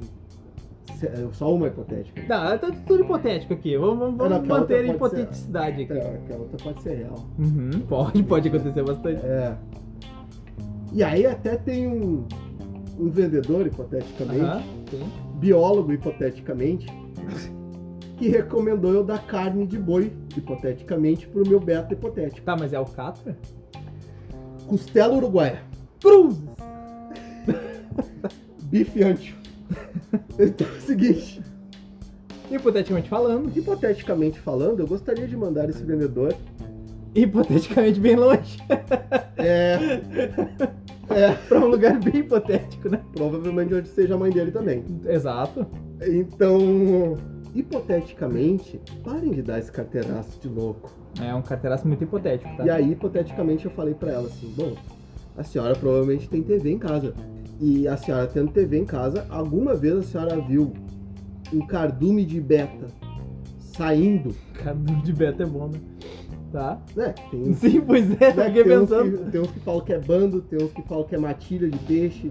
S2: se- é só uma hipotética.
S1: Tá, tá tudo hipotético aqui. Vamos, vamos-
S2: É, Não,
S1: vamos
S2: aquela
S1: manter a
S2: pode ser-
S1: hipoteticidade aqui.
S2: É, que a outra pode ser real.
S1: Uhum, pode, pode acontecer bastante.
S2: É. E aí até tem um, um vendedor, hipoteticamente,
S1: Aham, sim.
S2: biólogo, hipoteticamente, que recomendou eu dar carne de boi, hipoteticamente, pro meu beta hipotético.
S1: Tá, mas é alcatra?
S2: Costela uruguaia,
S1: Cruzes!
S2: bife ancho. Então é o seguinte,
S1: Hipoteticamente falando,
S2: hipoteticamente falando, eu gostaria de mandar esse vendedor
S1: hipoteticamente bem longe.
S2: é,
S1: pra um lugar bem hipotético, né?
S2: provavelmente onde seja a mãe dele também.
S1: Exato.
S2: Então, hipoteticamente, parem de dar esse carteiraço de louco.
S1: É um carteiraço muito hipotético, tá?
S2: E aí, hipoteticamente, eu falei pra ela assim: bom, a senhora provavelmente tem TV em casa. E a senhora tendo TV em casa, alguma vez a senhora viu um cardume de beta saindo,
S1: Cadu de beta é bom, né? Tá?
S2: né? Tem uns,
S1: Sim, pois é,
S2: né,
S1: fiquei
S2: tem uns que-
S1: pensando.
S2: tem uns que falam que é bando, tem uns que falam que é matilha de peixe.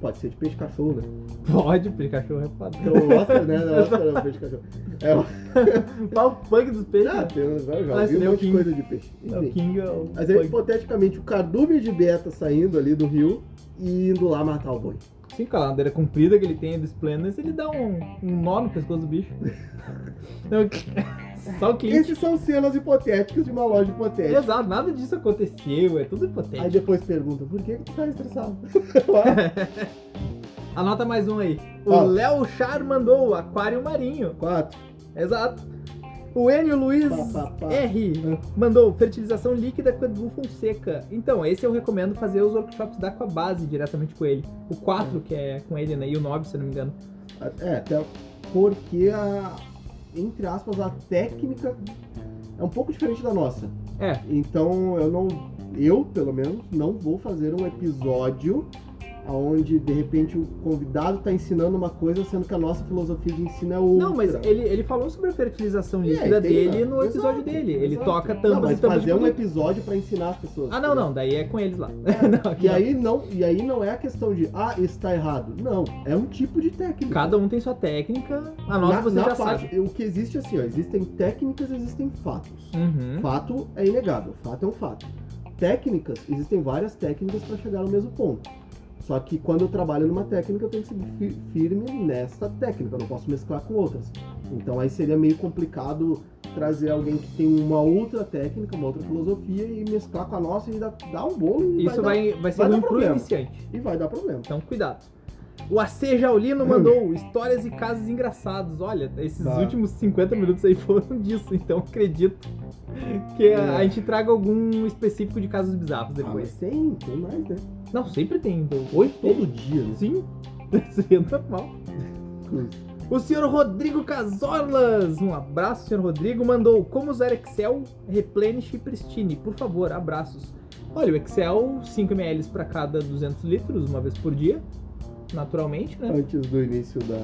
S2: Pode ser de peixe cachorro, né?
S1: Pode, porque cachorro é foda.
S2: Então, o Oscar, né? O Oscar é o peixe cachorro. É, o-
S1: Mas o punk dos peixes.
S2: ah, tem uns, já
S1: Ah, esse
S2: vi
S1: daí é
S2: um
S1: o
S2: monte de
S1: King.
S2: coisa de peixe.
S1: É
S2: Enfim.
S1: o King é o
S2: Mas aí,
S1: punk.
S2: hipoteticamente, o cardume de beta saindo ali do rio e indo lá matar o boi.
S1: Sim, com a ladeira comprida que ele tem dos planos, ele dá um, um nó no pescoço do bicho. Não, Só o Clint.
S2: Esses são cenas hipotéticas de uma loja hipotética.
S1: Exato, nada disso aconteceu, é tudo hipotético.
S2: Aí depois pergunta, por que que tu tá estressado?
S1: Anota mais um aí. O
S2: Fala.
S1: Léo Char mandou o Aquário Marinho.
S2: Quatro.
S1: Exato. O Enio Luiz
S2: Pá, pá, pá. Ah.
S1: R mandou fertilização líquida com Edu Fonseca. Então, esse eu recomendo fazer os workshops da Aquabase diretamente com ele. O 4, que é com ele, né? E o 9, se eu não me engano.
S2: É, até porque a, entre aspas, a técnica é um pouco diferente da nossa.
S1: É.
S2: Então eu não, eu pelo menos, não vou fazer um episódio onde de repente o convidado tá ensinando uma coisa, sendo que a nossa filosofia de ensino é outra.
S1: Não, mas ele, ele falou sobre a fertilização
S2: E aí,
S1: líquida
S2: tem,
S1: dele
S2: né?
S1: no episódio
S2: Exato,
S1: dele. Ele
S2: exato.
S1: toca
S2: Não,
S1: tampas
S2: mas
S1: e tampas de
S2: fazer um
S1: poder.
S2: episódio pra ensinar as pessoas.
S1: Ah, não, não. Daí é com eles lá. Não, aqui
S2: E
S1: não.
S2: aí não, e aí não é a questão de ah, isso tá errado. Não, é um tipo de técnica.
S1: Cada um tem sua técnica. A nossa
S2: Na-
S1: você
S2: na
S1: já
S2: parte-
S1: sabe.
S2: O que existe é assim, ó, existem técnicas, existem fatos.
S1: Uhum.
S2: Fato é inegável, fato é um fato. Técnicas, existem várias técnicas para chegar ao mesmo ponto. Só que quando eu trabalho numa técnica, eu tenho que seguir fi- firme nesta técnica, eu não posso mesclar com outras. Então aí seria meio complicado trazer alguém que tem uma outra técnica, uma outra filosofia e mesclar com a nossa e dar, dar um bolo e
S1: Isso
S2: vai,
S1: vai, vai ser
S2: vai dar
S1: ruim pro
S2: problema.
S1: iniciante.
S2: dar, e vai dar problema.
S1: Então, cuidado. O AC Jaulino mandou histórias e casos engraçados. Olha, esses
S2: Hum. Tá.
S1: últimos 50 minutos aí foram disso, então acredito que a, a gente traga algum específico de casos bizarros
S2: É. Ah, mas
S1: depois.
S2: tem, tem mais, né?
S1: Não, sempre tem. então. Hoje teve.
S2: Todo dia, né?
S1: Sim, isso aí é normal. O senhor Rodrigo Casorlas, um abraço, senhor Rodrigo, mandou como usar Excel, Replenish e Pristine, por favor, abraços. Olha, o Excel, 5 ml para cada 200 litros, uma vez por dia, naturalmente, né?
S2: Antes do início da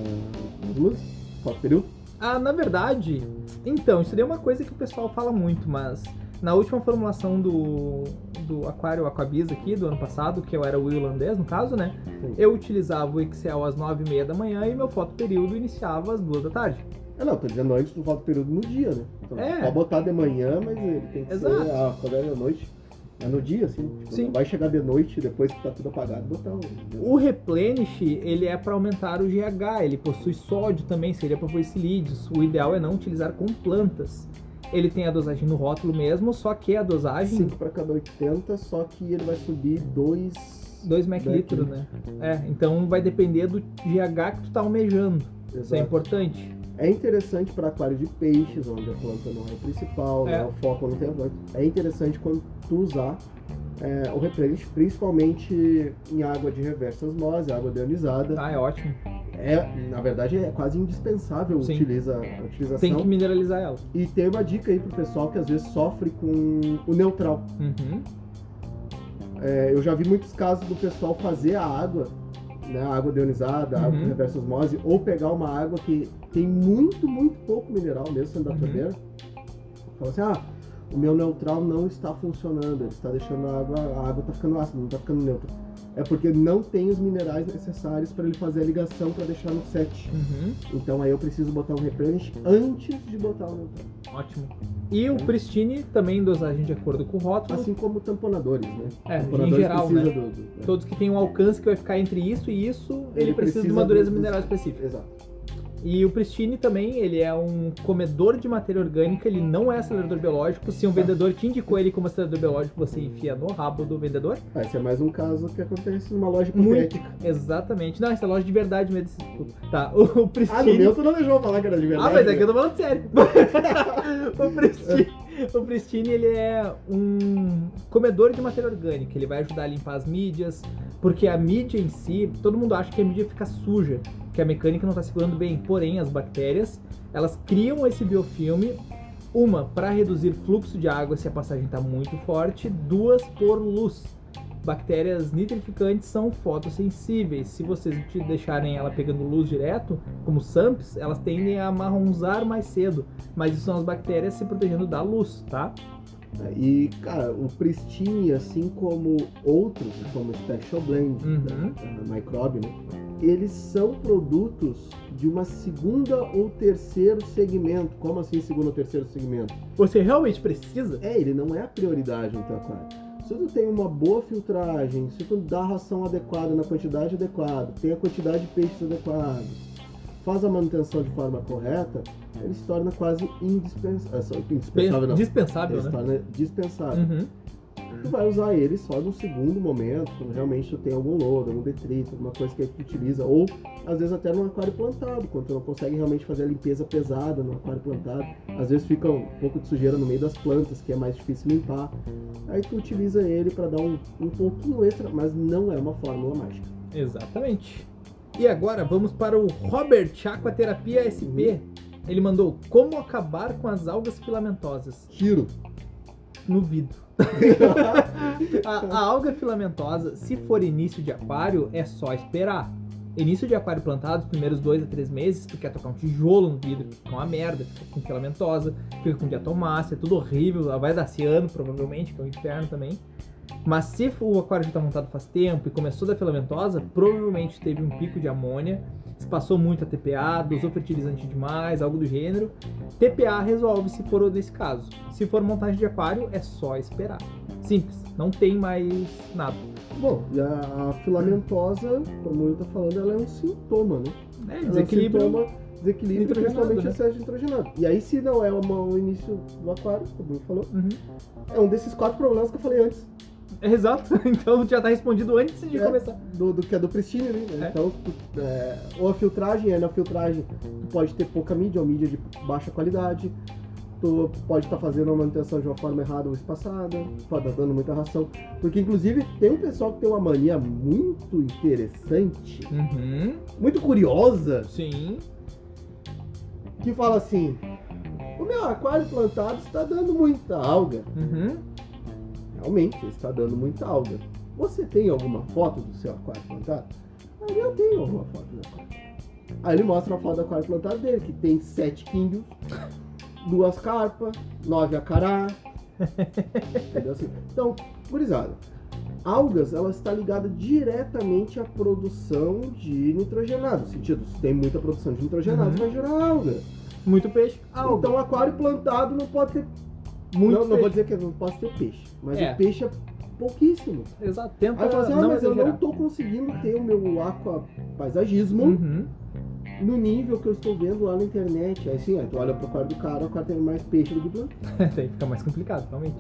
S2: das músicas, só período.
S1: Ah, na verdade, então, isso daí é uma coisa que o pessoal fala muito, mas na última formulação do, do Aquário Aquabis aqui, do ano passado, que eu era o irlandês, no caso, né?
S2: Sim.
S1: Eu utilizava o Excel às 9h30 da manhã e meu fotoperíodo iniciava às 2 da tarde.
S2: É, não, tô dizendo antes do voto período no dia, né? Então,
S1: É.
S2: Pode botar de manhã, mas ele tem que
S1: Exato.
S2: ser ah, quando é de noite. É no dia, assim. Tipo,
S1: Sim.
S2: não vai chegar de noite, depois que tá tudo apagado, botar o.
S1: O Replenish, ele é para aumentar o GH, ele possui sódio também, seria para pôr silídeos. O ideal é não utilizar com plantas. Ele tem a dosagem no rótulo mesmo, só que a dosagem
S2: 5 pra cada 80, só que ele vai subir 2.
S1: 2 ml, né? É, então vai depender do GH que tu tá almejando. Isso é importante.
S2: É interessante para aquário de peixes, onde a planta não é o principal,
S1: É.
S2: né, o foco não tem a planta. É interessante quando tu usar é, o repelente, principalmente em água de reversa osmose, água deionizada.
S1: Ah, é ótimo.
S2: É, na verdade, é quase indispensável
S1: Sim.
S2: utiliza, a utilização.
S1: Tem que mineralizar ela.
S2: E tem uma dica aí pro pessoal que às vezes sofre com o neutral.
S1: Uhum.
S2: É, eu já vi muitos casos do pessoal fazer a água, né, a água deionizada, a água
S1: Uhum.
S2: de reversa osmose, ou pegar uma água que tem muito, muito pouco mineral mesmo sendo da
S1: Uhum.
S2: torneira. Fala assim, ah, o meu neutral não está funcionando, ele está deixando a água, a água está ficando ácida, não está ficando neutra. É porque não tem os minerais necessários para ele fazer a ligação para deixar no set.
S1: Uhum,
S2: Então aí eu preciso botar um replenish antes de botar o neutral.
S1: ótimo. E o Pristine também dosagem de acordo com o rótulo.
S2: Assim como tamponadores, né?
S1: É, Então, em
S2: tamponadores
S1: geral, né?
S2: precisa do- é. do-
S1: Todos que têm um alcance que vai ficar entre isso e isso, ele, precisa,
S2: Ele
S1: de
S2: precisa
S1: uma dureza
S2: do-
S1: mineral específica.
S2: Exato.
S1: E o Pristine também, ele é um comedor de matéria orgânica, ele não é acelerador biológico. Se um vendedor te indicou ele como acelerador biológico, você
S2: Hum.
S1: enfia no rabo do vendedor.
S2: Ah, esse é mais um caso que acontece numa loja
S1: Muito.
S2: hipotética.
S1: Exatamente. Não, essa é loja de verdade mesmo. esse puto. Tá, o, o Pristine...
S2: Ah, no meu tu não deixou eu falar que era de verdade.
S1: Ah, mas é que eu
S2: né?
S1: tô falando sério. o, Pristine, o Pristine, ele é um comedor de matéria orgânica. Ele vai ajudar a limpar as mídias, porque a mídia em si, todo mundo acha que a mídia fica suja, que a mecânica não tá segurando bem. Porém, as bactérias, elas criam esse biofilme, uma, para reduzir fluxo de água se a passagem tá muito forte, duas, por luz. Bactérias nitrificantes são fotossensíveis. Se vocês te deixarem ela pegando luz direto, como SAMPs, elas tendem a amarronzar mais cedo. Mas isso são as bactérias se protegendo da luz, tá?
S2: E, cara, o Pristine, assim como outros, como o Special Blend,
S1: Uhum.
S2: da, da Microbe, né? Eles são produtos de uma segunda ou terceiro segmento. Como assim segundo ou terceiro segmento?
S1: Você realmente precisa?
S2: É, ele não é a prioridade no teu aquário. Se tu tem uma boa filtragem, se tu dá a ração adequada na quantidade adequada, tem a quantidade de peixes adequados, faz a manutenção de forma correta, ele se torna quase indispensável. É, Indispensável não.
S1: Dispensável,
S2: Ele se
S1: né?
S2: torna dispensável
S1: Uhum.
S2: tu vai usar ele só no segundo momento, quando realmente tu tem algum lodo, algum detrito, alguma coisa que tu utiliza, ou às vezes até num aquário plantado, quando tu não consegue realmente fazer a limpeza pesada no aquário plantado, às vezes fica um pouco de sujeira no meio das plantas, que é mais difícil limpar, aí tu utiliza ele para dar um, um pouquinho extra, mas não é uma fórmula mágica.
S1: Exatamente. E agora vamos para o Robert Aquaterapia SP. Ele mandou como acabar com as algas filamentosas
S2: Tiro!
S1: no vidro. A, a alga filamentosa, se for início de aquário, é só esperar. Início de aquário plantado, os primeiros dois a três meses, tu quer tocar um tijolo no vidro, que fica uma merda, fica com filamentosa, fica com diatomácea, é tudo horrível, ela vai dar ciano, provavelmente, que é um inferno também. Mas se o aquário já está montado faz tempo e começou da filamentosa, provavelmente teve um pico de amônia, se passou muito a TPA, dosou fertilizante demais, algo do gênero. TPA resolve se for nesse caso. Se for montagem de aquário, é só esperar. Simples, não tem mais nada.
S2: Bom, e a, a filamentosa, como eu tô falando, ela é um sintoma, né?
S1: É,
S2: Ela é um
S1: desequilíbrio.
S2: sintoma, Desequilíbrio,
S1: nitrogenado,
S2: principalmente
S1: né?
S2: excesso de nitrogenado. E aí, se não é uma- o início do aquário, como ele falou,
S1: Uhum.
S2: É um desses quatro problemas que eu falei antes,
S1: É, Exato, então já tá respondido antes de
S2: É.
S1: começar.
S2: do, do que é do Pristine, né?
S1: É.
S2: Então, tu- é, ou a filtragem, aí na filtragem tu pode ter pouca mídia ou mídia de baixa qualidade, tu pode estar fazendo a manutenção de uma forma errada ou espaçada, pode estar dando muita ração. Porque, inclusive, tem um pessoal que tem uma mania muito interessante,
S1: Uhum,
S2: muito curiosa,
S1: sim.
S2: que fala assim: o meu aquário plantado está dando muita alga.
S1: Uhum.
S2: Realmente, ele está dando muita alga. Você tem alguma foto do seu aquário plantado? Ah, eu tenho alguma foto do aquário. Aí ele mostra a foto do aquário plantado dele, que tem sete quindios, duas carpas, nove acará. Entendeu assim? Então, gurizada, algas, ela está ligada diretamente à produção de nitrogenado. No sentido, se tem muita produção de nitrogenado,
S1: Uhum.
S2: vai gerar alga.
S1: Muito peixe, Então, alga.
S2: Então, aquário plantado não pode ter
S1: muito
S2: não, não vou
S1: peixe.
S2: dizer que não posso ter peixe, mas
S1: É.
S2: o peixe é pouquíssimo.
S1: Exato, tenta
S2: Aí eu falo assim, ah,
S1: não
S2: mas eu não
S1: exagerar.
S2: tô conseguindo ter o meu aqua paisagismo
S1: Uhum.
S2: no nível que eu estou vendo lá na internet. Aí sim, aí tu olha pro quarto do cara, o cara tem mais peixe do que planta.
S1: Daí fica mais complicado, realmente.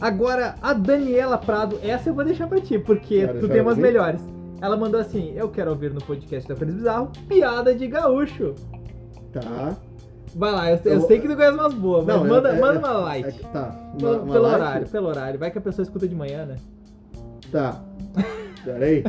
S1: Agora, a Daniela Prado, essa eu vou deixar pra ti, porque
S2: Cara,
S1: tu
S2: já
S1: tem umas
S2: ouvi.
S1: melhores. Ela mandou assim: Eu quero ouvir no podcast da Feliz Bizarro piada de gaúcho.
S2: Tá.
S1: Vai lá, eu, eu
S2: Eu-
S1: sei que tu conhece umas boas, mas
S2: Não, eu-
S1: manda,
S2: é-
S1: manda uma
S2: É
S1: light.
S2: que tá. Uma-
S1: pelo
S2: uma
S1: pelo
S2: live?
S1: horário, pelo horário. Vai que a pessoa escuta de manhã, né?
S2: Tá. Pera aí.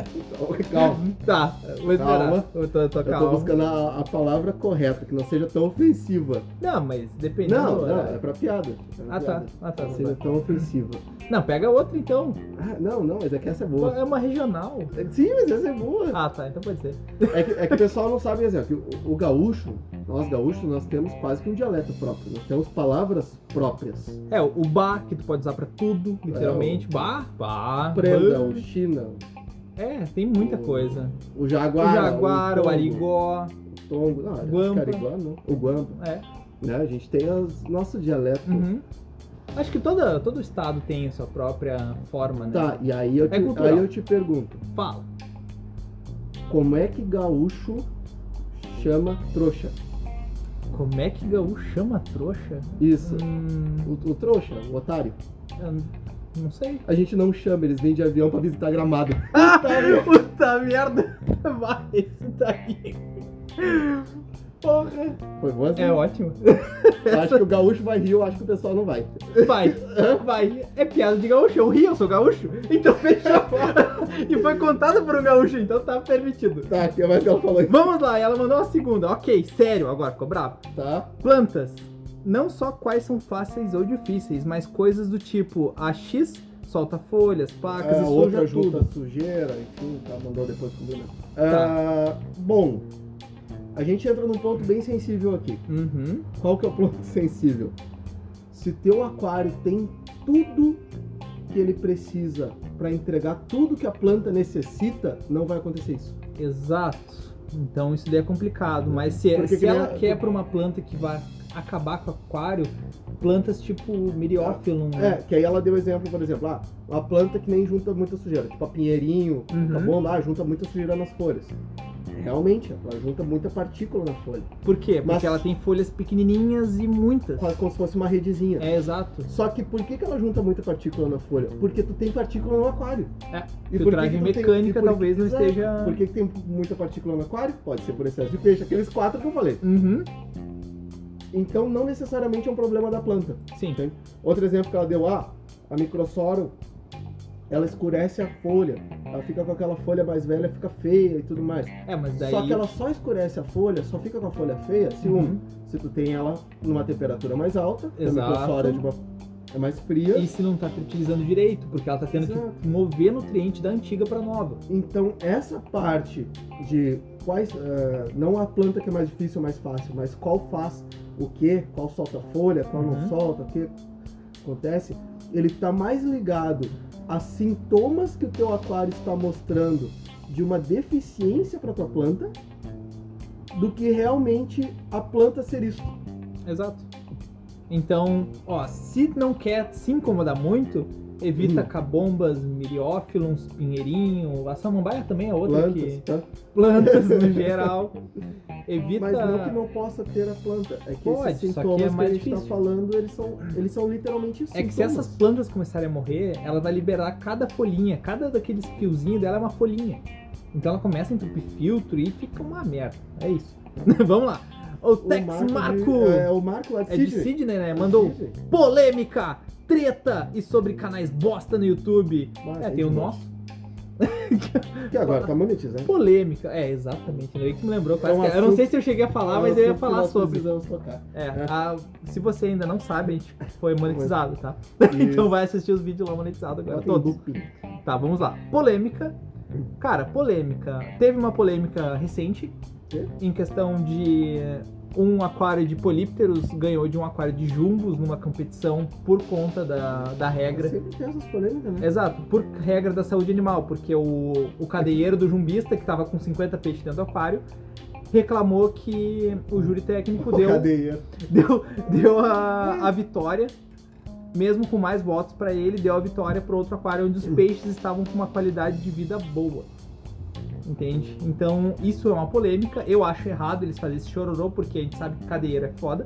S2: Calma.
S1: Tá, vou esperar.
S2: Calma.
S1: Eu tô, eu tô
S2: Eu tô
S1: calmo.
S2: buscando a, a palavra correta, que não seja tão ofensiva.
S1: Não, mas dependendo do
S2: Não, não, é
S1: horário.
S2: pra piada. É pra
S1: Ah tá,
S2: piada.
S1: ah tá.
S2: Não seja
S1: tá.
S2: tão ofensiva.
S1: Não, pega outra então.
S2: Ah, não, não, mas é que essa é
S1: Pô,
S2: boa.
S1: É uma regional.
S2: Sim, mas essa é boa.
S1: Ah tá, então pode ser.
S2: É que, é que assim, o pessoal não sabe, por exemplo, que o, o gaúcho, Nós gaúchos, nós temos quase que um dialeto próprio. Nós temos palavras próprias.
S1: É, o ba, que tu pode usar pra tudo, literalmente.
S2: É, o-
S1: Ba, ba.
S2: Prenda,
S1: ba.
S2: o China,
S1: É, tem muita
S2: o-
S1: coisa.
S2: o
S1: O
S2: Jaguara,
S1: jaguar, o
S2: tongo,
S1: arigó.
S2: o Tongo, não, acho que
S1: guampa.
S2: era igual, não. O Guampa.
S1: É.
S2: Né? A gente tem os nosso dialeto.
S1: uhum. Acho que toda, todo estado tem a sua própria forma, né?
S2: Tá, e aí eu, te,
S1: cultural.
S2: aí eu te pergunto,
S1: Fala.
S2: como é que gaúcho chama trouxa?
S1: Como é que gaúcho chama trouxa?
S2: Isso.
S1: Hum,
S2: O, o trouxa, o otário.
S1: eu não sei.
S2: A gente não chama, eles vêm de avião pra visitar gramado.
S1: Ah, Puta merda! Vai, esse daí. Porra!
S2: Foi boa assim.
S1: É ótimo.
S2: Eu acho que o gaúcho vai rir, eu acho que o pessoal não vai.
S1: Vai, vai. É piada de gaúcho. Eu ri, eu sou gaúcho. Então fechou. e foi contada por um gaúcho, então tá permitido.
S2: Tá, o que mais que ela falou?
S1: Vamos lá, ela mandou uma segunda. Ok, sério, agora ficou bravo.
S2: Tá.
S1: Plantas. Não só quais são fáceis ou difíceis, mas coisas do tipo a X solta folhas, pacas
S2: É,
S1: e
S2: outra
S1: suja
S2: junta
S1: tudo.
S2: sujeira, enfim, tá, mandou depois complementar.
S1: Tá.
S2: Ah, bom, a gente entra num ponto bem sensível aqui.
S1: Uhum.
S2: Qual que é o ponto sensível? Se teu aquário tem tudo que ele precisa pra entregar tudo que a planta necessita, não vai acontecer isso.
S1: Exato. Então isso daí é complicado, mas se,
S2: Porque
S1: se
S2: que nem
S1: ela
S2: a-
S1: quer pra uma planta que vai acabar com o aquário, plantas tipo né? Miriophyllum.
S2: É, que aí ela deu exemplo, por exemplo, ah, uma planta que nem junta muita sujeira, tipo a pinheirinho,
S1: Uhum.
S2: tá bom? Ah, junta muita sujeira nas folhas. Realmente, ela junta muita partícula na folha.
S1: Por quê? Porque
S2: É, Mas-
S1: ela tem folhas pequenininhas e muitas.
S2: Quase é como se fosse uma redezinha.
S1: É exato.
S2: Só que por que, que ela junta muita partícula na folha? Porque tu tem partícula no aquário.
S1: É,
S2: E
S1: que
S2: por
S1: trave
S2: tu tem-
S1: mecânica
S2: e por
S1: talvez não
S2: Exato.
S1: esteja-
S2: Por que, que tem muita partícula no aquário? Pode ser por excesso de peixe, aqueles quatro que eu falei.
S1: Uhum.
S2: Então não necessariamente é um problema da planta.
S1: Sim.
S2: Entende? Outro exemplo que ela deu, ah, a microsoro, ela escurece a folha. Ela fica com aquela folha mais velha, fica feia e tudo mais.
S1: É, mas daí.
S2: Só que ela só escurece a folha, só fica com a folha feia se um,
S1: Uhum.
S2: se tu tem ela numa temperatura mais alta, porque
S1: Exato.
S2: a microsora é, de uma- é mais fria.
S1: E se não tá fertilizando direito, porque ela tá tendo que
S2: Exato.
S1: mover nutriente da antiga pra nova.
S2: Então essa parte de quais. eh, não a planta que é mais difícil ou mais fácil, mas qual faz o que, qual solta folha, qual
S1: Uhum.
S2: não solta, o que acontece, ele tá mais ligado a sintomas que o teu aquário está mostrando de uma deficiência para tua planta do que realmente a planta ser isso.
S1: Exato. Então, ó, se não quer se incomodar muito, evita
S2: Hum.
S1: cabombas, miriófilos, pinheirinho, a samambaia também é outra
S2: Plantas,
S1: que.
S2: tá?
S1: Plantas no geral. Evita.
S2: Mas não que não possa ter a planta. É que
S1: tá- Pode, só que é
S2: esses sintomas que,
S1: mais
S2: a gente está
S1: difícil.
S2: falando, eles são, eles são literalmente
S1: É
S2: sintomas.
S1: que se essas plantas começarem a morrer, ela vai liberar cada folhinha, cada daqueles fiozinhos dela é uma folhinha. Então ela começa a entupir filtro e fica uma merda. É isso. Vamos lá. O Tex
S2: de-
S1: Marco
S2: é, o Marco lá de
S1: é de
S2: Sidney.
S1: Sidney, né? Mandou
S2: Sidney.
S1: polêmica, treta e sobre canais bosta no YouTube.
S2: Mas,
S1: É,
S2: aí
S1: tem o
S2: de
S1: nosso.
S2: novo. Que agora tá monetizando.
S1: Polêmica. É, exatamente. Ele que me lembrou. quase
S2: É um
S1: que- Eu não
S2: assunto-
S1: sei se eu cheguei a falar,
S2: É um
S1: mas eu ia
S2: assunto que
S1: falar
S2: nós
S1: sobre.
S2: precisamos tocar.
S1: É,
S2: É.
S1: a- se você ainda não sabe, a gente foi monetizado, tá?
S2: Isso.
S1: Então vai assistir os vídeos lá monetizados agora
S2: Bota
S1: todos.
S2: em looping.
S1: Tá, vamos lá. Polêmica. Cara, polêmica. Teve uma polêmica recente
S2: Quê?
S1: em questão de um aquário de polípteros ganhou de um aquário de jumbos numa competição por conta da, da regra. É,
S2: Sempre tem essas polêmicas, né?
S1: Exato, por regra da saúde animal, porque o, o cadeieiro do jumbista, que tava com 50 peixes dentro do aquário, reclamou que o júri técnico
S2: Pô,
S1: deu
S2: Cadeia.
S1: deu, deu a, a vitória. Mesmo com mais votos pra ele, deu a vitória pro outro aquário onde os peixes estavam com uma qualidade de vida boa. Entende? Então, isso é uma polêmica. Eu acho errado eles fazerem esse chororô, porque a gente sabe que cadeira é foda.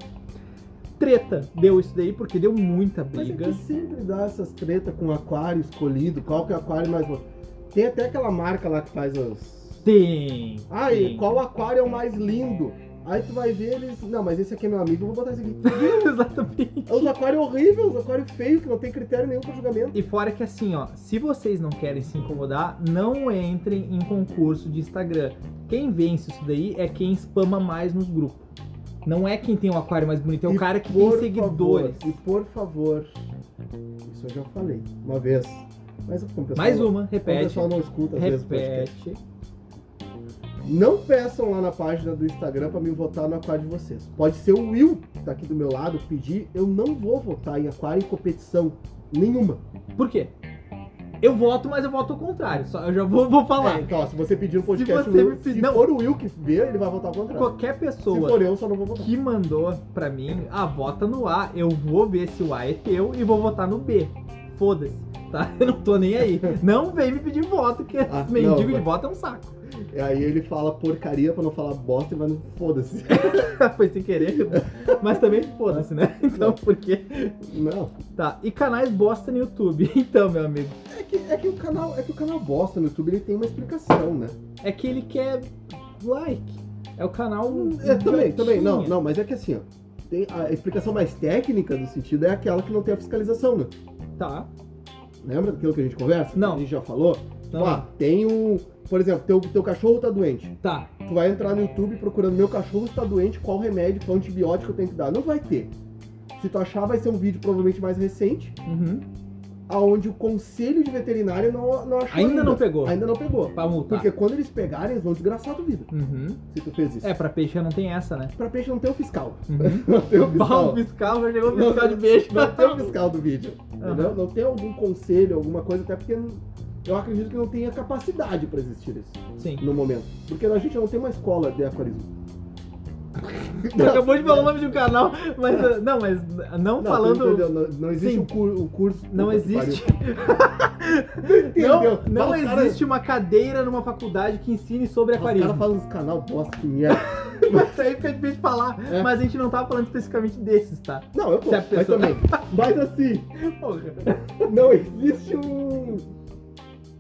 S1: Treta deu isso daí, porque deu muita
S2: Mas é
S1: briga.
S2: que sempre dá essas treta com aquário escolhido. Qual que é o aquário mais... vo- Tem até aquela marca lá que faz os...
S1: Tem.
S2: Ah,
S1: tem.
S2: e qual aquário é o mais lindo? Aí tu vai ver eles... Não, mas esse aqui é meu amigo, eu vou botar esse aqui.
S1: Exatamente.
S2: É os aquários horríveis, os aquários feios, que não tem critério nenhum pra julgamento.
S1: E fora que assim, ó, se vocês não querem se incomodar, não entrem em concurso de Instagram. Quem vence isso daí é quem spama mais nos grupos. Não é quem tem o aquário mais bonito, é o
S2: E
S1: cara que tem
S2: por
S1: seguidores.
S2: favor, e por favor, isso eu já falei uma vez. Mas como o pessoal,
S1: mais uma,
S2: como o
S1: repete.
S2: pessoal não escuta às vezes o podcast.
S1: Repete.
S2: Não peçam lá na página do Instagram pra me votar no aquário de vocês. Pode ser o Will que tá aqui do meu lado pedir. Eu não vou votar em aquário em competição nenhuma.
S1: Por quê? Eu voto, mas eu voto ao contrário. Só, eu já vou, vou falar.
S2: É, então, ó, se você pedir no podcast,
S1: você
S2: o
S1: me
S2: Will,
S1: pedir-
S2: se
S1: não.
S2: for o Will que vê, ele vai votar ao contrário.
S1: Qualquer
S2: Se
S1: pessoa
S2: for eu, só não vou votar.
S1: que mandou pra mim, ah, vota no A, eu vou ver se o A é teu e vou votar no B. Foda-se, tá? Eu não tô nem aí. Não vem me pedir voto, que
S2: Ah,
S1: esse mendigo
S2: não,
S1: de
S2: vai.
S1: voto é um saco.
S2: E aí ele fala porcaria pra não falar bosta e vai no foda-se.
S1: Foi sem querer, mas também foda-se, né?
S2: É.
S1: Então, por quê?
S2: Não.
S1: Tá, e canais bosta no YouTube. Então, meu amigo,
S2: É que, é que o canal, é que o canal bosta no YouTube ele tem uma explicação, né?
S1: é que ele quer like. É o canal.
S2: É, também, também. Não,
S1: idiotinha.
S2: não, mas é que assim, ó. Tem a explicação mais técnica do sentido é aquela que não tem a fiscalização, né?
S1: Tá.
S2: Lembra daquilo que a gente conversa?
S1: Não.
S2: A gente já falou?
S1: Não.
S2: Ah, tem um. Por exemplo, teu, teu cachorro tá doente.
S1: Tá.
S2: Tu vai entrar no YouTube procurando meu cachorro está doente, qual remédio, qual antibiótico eu tenho que dar. Não vai ter. Se tu achar, vai ser um vídeo provavelmente mais recente,
S1: Uhum.
S2: aonde o conselho de veterinário não, não achou.
S1: Ainda não pegou.
S2: Ainda não pegou.
S1: Pra multar.
S2: Porque quando eles pegarem, eles vão desgraçar a tua vida
S1: Uhum.
S2: se tu fez isso.
S1: É, pra peixe não tem essa, né?
S2: Pra peixe não tem o fiscal.
S1: Uhum.
S2: Não tem o
S1: Bah,
S2: fiscal.
S1: o fiscal já chegou o fiscal de peixe.
S2: Não tem o fiscal do vídeo. Entendeu?
S1: Aham.
S2: Não tem algum conselho, alguma coisa, até porque eu acredito que não tenha capacidade pra existir isso
S1: Sim.
S2: no momento. Porque a gente não tem uma escola de aquarismo.
S1: Tu acabou de falar o nome de um canal, mas. eh, Não, mas eh, não,
S2: tu
S1: falando.
S2: entendeu? Não, não existe
S1: Sim.
S2: um, cur, um curso.
S1: Não
S2: Puta que
S1: existe.
S2: pariu. Tu entendeu?
S1: Não, não
S2: Mas os caras-
S1: existe uma cadeira numa faculdade que ensine sobre
S2: Os caras
S1: aquarismo.
S2: fazem uns canal bosta que é. merda.
S1: Mas aí fica difícil de falar.
S2: É.
S1: Mas a gente não tava falando especificamente desses, tá?
S2: Não, eu tô,
S1: Se a
S2: mas
S1: pessoa-
S2: também. Mas assim,
S1: Porra.
S2: não existe um.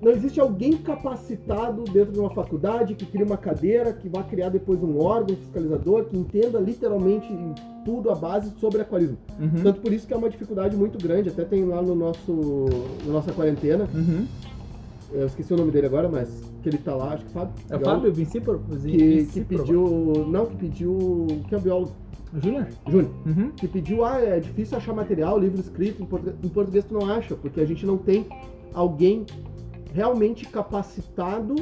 S2: Não existe alguém capacitado dentro de uma faculdade que cria uma cadeira, que vai criar depois um órgão fiscalizador, que entenda literalmente tudo a base sobre aquarismo.
S1: Uhum.
S2: Tanto por isso que é uma dificuldade muito grande, até tem lá no nosso na nossa quarentena,
S1: Uhum.
S2: eu esqueci o nome dele agora, mas que ele tá lá, acho que Fábio.
S1: É o
S2: biólogo,
S1: Fábio Vincipro?
S2: que, que pediu, não, que pediu, que é o biólogo,
S1: Júnior?
S2: Júnior,
S1: Uhum.
S2: que pediu, ah, é difícil achar material, livro escrito, em, portu- em português tu não acha, porque a gente não tem alguém realmente capacitado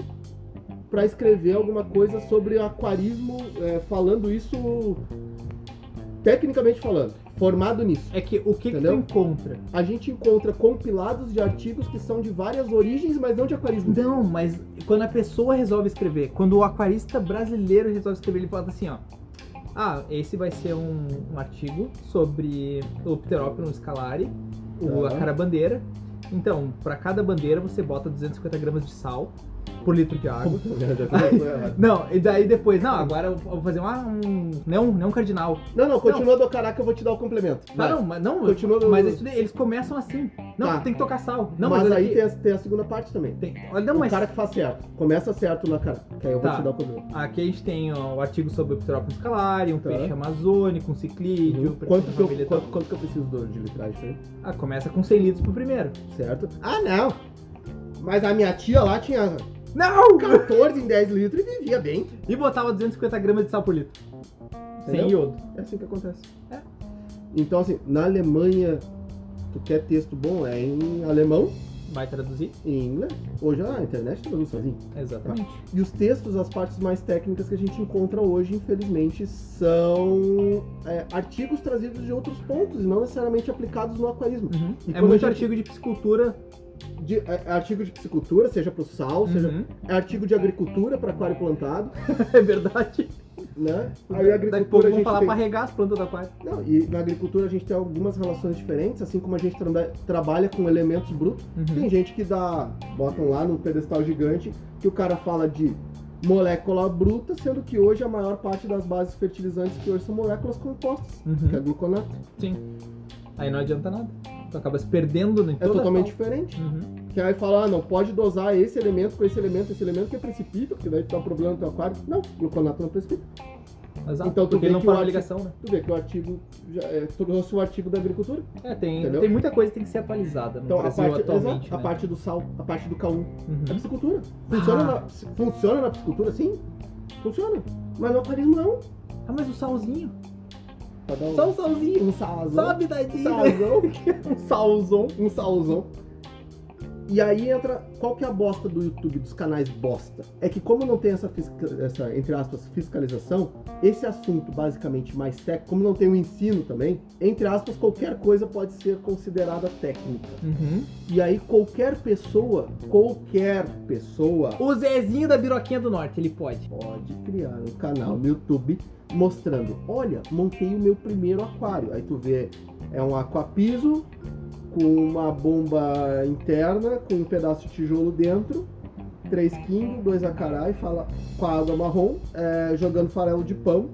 S2: para escrever alguma coisa sobre aquarismo, é, falando isso tecnicamente falando, formado nisso.
S1: É que o que, que tu
S2: Entendeu?
S1: encontra?
S2: A gente encontra compilados de artigos que são de várias origens, mas não de aquarismo.
S1: Não, mas quando a pessoa resolve escrever, quando o aquarista brasileiro resolve escrever, ele fala assim, ó. Ah, esse vai ser um, um artigo sobre o Pteroperon scalari, o, a
S2: Aham.
S1: carabandeira. Então, pra cada bandeira você bota 250 gramas de sal por litro de água.
S2: Já começou errado.
S1: Não, e daí depois, não, agora eu vou fazer uma, um. Não, não cardinal.
S2: Não, não, continua do caraca, eu vou te dar o complemento.
S1: Tá, não, mas não,
S2: Continua do-
S1: mas isso daí, eles começam assim. Não,
S2: Tá.
S1: tem que tocar sal. Não,
S2: mas,
S1: mas, olha
S2: aí
S1: aqui,
S2: tem a, tem a segunda parte também.
S1: tem- Olha, não,
S2: o
S1: mas
S2: cara que faz certo. Começa certo na cara. Que aí eu vou
S1: Tá.
S2: te dar o complemento.
S1: Aqui a gente tem ó, o artigo sobre o Pteropolis scalari, um
S2: Tá.
S1: peixe amazônico, um ciclídeo,
S2: Uhum.
S1: um
S2: Quanto, que
S1: família
S2: eu,
S1: e
S2: quanto, quanto que eu preciso do- de litragem pra ele?
S1: tal. Ah, começa com 100 litros pro primeiro.
S2: Certo? Ah, não! Mas a minha tia lá tinha
S1: Não!
S2: 14 em 10 litros e vivia bem.
S1: E botava 250 gramas de sal por litro. Sem
S2: Entendeu?
S1: iodo.
S2: É assim que acontece.
S1: É.
S2: Então, assim, na Alemanha, tu quer texto bom? É em alemão
S1: Vai traduzir?
S2: e em inglês. Hoje ah, a internet traduz sozinho.
S1: Exatamente.
S2: E os textos, as partes mais técnicas que a gente encontra hoje, infelizmente, são é, artigos trazidos de outros pontos e não necessariamente aplicados no aquarismo.
S1: Uhum.
S2: E
S1: É
S2: quando
S1: muito
S2: a gente-
S1: artigo de piscicultura.
S2: De- é, é artigo de piscicultura, seja pro sal, seja
S1: Uhum.
S2: é artigo de agricultura para aquário plantado,
S1: É verdade.
S2: né? Aí a
S1: Daqui a pouco
S2: agricultura a
S1: vamos
S2: gente
S1: falar
S2: tem...
S1: pra regar as plantas da parte.
S2: Não, e na agricultura a gente tem algumas relações diferentes, assim como a gente tra- trabalha com elementos brutos.
S1: Uhum.
S2: Tem gente que dá, botam lá num pedestal gigante que o cara fala de molécula bruta, sendo que hoje a maior parte das bases fertilizantes que hoje são moléculas compostas, que é
S1: Uhum.
S2: gliconato.
S1: Aí não adianta nada. Tu acaba se perdendo em
S2: É
S1: toda a
S2: totalmente
S1: forma.
S2: diferente.
S1: Uhum.
S2: Que aí fala, ah, não pode dosar esse elemento com esse elemento, esse elemento que é precipita, porque daí tu dá um problema no teu aquário. Não, gliconato não é precipita.
S1: Exato.
S2: Então tu
S1: Porque
S2: vê
S1: não
S2: que
S1: forma
S2: o artigo-
S1: ligação, né?
S2: Tu vê que o artigo já é, trouxe o artigo da agricultura.
S1: É, tem,
S2: Entendeu?
S1: tem muita coisa que tem que ser atualizada no
S2: Então a
S1: Brasil
S2: parte,
S1: atualmente.
S2: exato, a
S1: né?
S2: parte do sal, a parte do K1.
S1: Uhum.
S2: É piscicultura. Funciona,
S1: Ah.
S2: na, funciona na piscicultura, sim. Funciona. Mas no aquarismo não.
S1: Ah, mas o salzinho.
S2: Pra dar
S1: Só o salzinho.
S2: um salzão.
S1: Só a bitadinha.
S2: salzão.
S1: Um salzão.
S2: um salzão. E aí entra. Qual que é a bosta do YouTube, dos canais bosta? É que como não tem essa, fisca- essa entre aspas, fiscalização, esse assunto basicamente mais técnico, como não tem o ensino também, entre aspas, qualquer coisa pode ser considerada técnica.
S1: Uhum.
S2: E aí qualquer pessoa, qualquer pessoa
S1: O Zezinho da Biroquinha do Norte, ele pode.
S2: pode criar um canal no YouTube mostrando, olha, montei o meu primeiro aquário. Aí tu vê, é um aquapiso com uma bomba interna, com um pedaço de tijolo dentro, três quilos, dois acará e fala com a água marrom, é, jogando farelo de pão.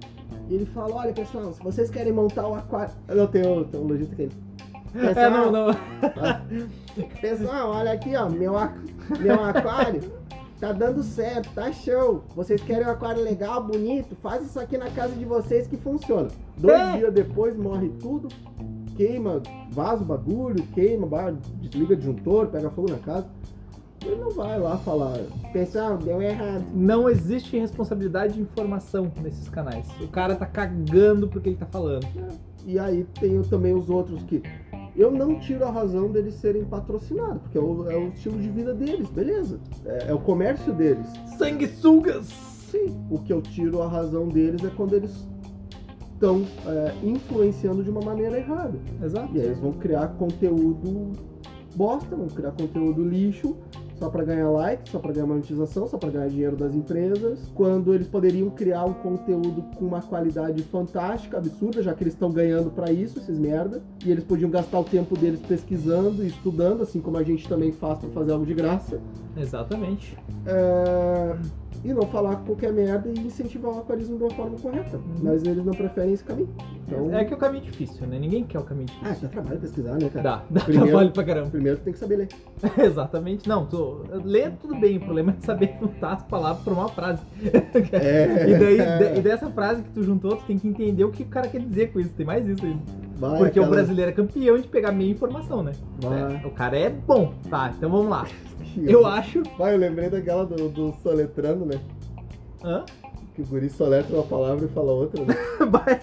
S2: E ele fala, olha pessoal, se vocês querem montar o aquário... Não, tem um, tem um lojista que ele...
S1: É, não, não.
S2: Pessoal, olha aqui, ó, meu, aqu- meu aquário tá dando certo, tá show. Vocês querem um aquário legal, bonito? Faz isso aqui na casa de vocês que funciona. Dois
S1: É.
S2: dias depois morre tudo, queima, vaza o bagulho, queima, ba- desliga disjuntor, pega fogo na casa. Ele não vai lá falar, pessoal, deu errado.
S1: Não existe responsabilidade de informação nesses canais. O cara tá cagando porque ele tá falando.
S2: E aí tem também os outros que. Eu não tiro a razão deles serem patrocinados, porque é o, é o estilo de vida deles, beleza. É- é o comércio deles.
S1: Sanguessugas!
S2: Sim, o que eu tiro a razão deles é quando eles estão influenciando de uma maneira errada.
S1: Exato.
S2: E aí eles vão criar conteúdo bosta, vão criar conteúdo lixo, só pra ganhar like, só pra ganhar monetização, só pra ganhar dinheiro das empresas, quando eles poderiam criar um conteúdo com uma qualidade fantástica, absurda, já que eles estão ganhando pra isso, esses merda, e eles podiam gastar o tempo deles pesquisando e estudando, assim como a gente também faz pra fazer algo de graça.
S1: Exatamente.
S2: É, e não falar qualquer merda e incentivar o aquarismo de uma forma correta.
S1: Uhum.
S2: Mas eles não preferem esse caminho. Então,
S1: É que é o caminho difícil, né? Ninguém quer o caminho
S2: ah,
S1: difícil.
S2: dá trabalho pesquisar, né, cara?
S1: Dá, dá
S2: Primeiro-
S1: trabalho pra caramba.
S2: Primeiro tu tem que saber ler.
S1: Exatamente. Não, tu... ler tudo bem, o problema é saber juntar as palavras pra uma frase.
S2: É.
S1: E, daí, de- e dessa frase que tu juntou, tu tem que entender o que o cara quer dizer com isso. Tem mais isso ainda.
S2: Vai,
S1: Porque
S2: aquela- Ah.
S1: o brasileiro é campeão de pegar meia informação, né?
S2: Vai.
S1: É, o cara é bom. Tá, então vamos lá. Eu acho.
S2: Vai, eu lembrei daquela do, do soletrando, né?
S1: Hã?
S2: Que o guri soletra uma palavra e fala outra, né?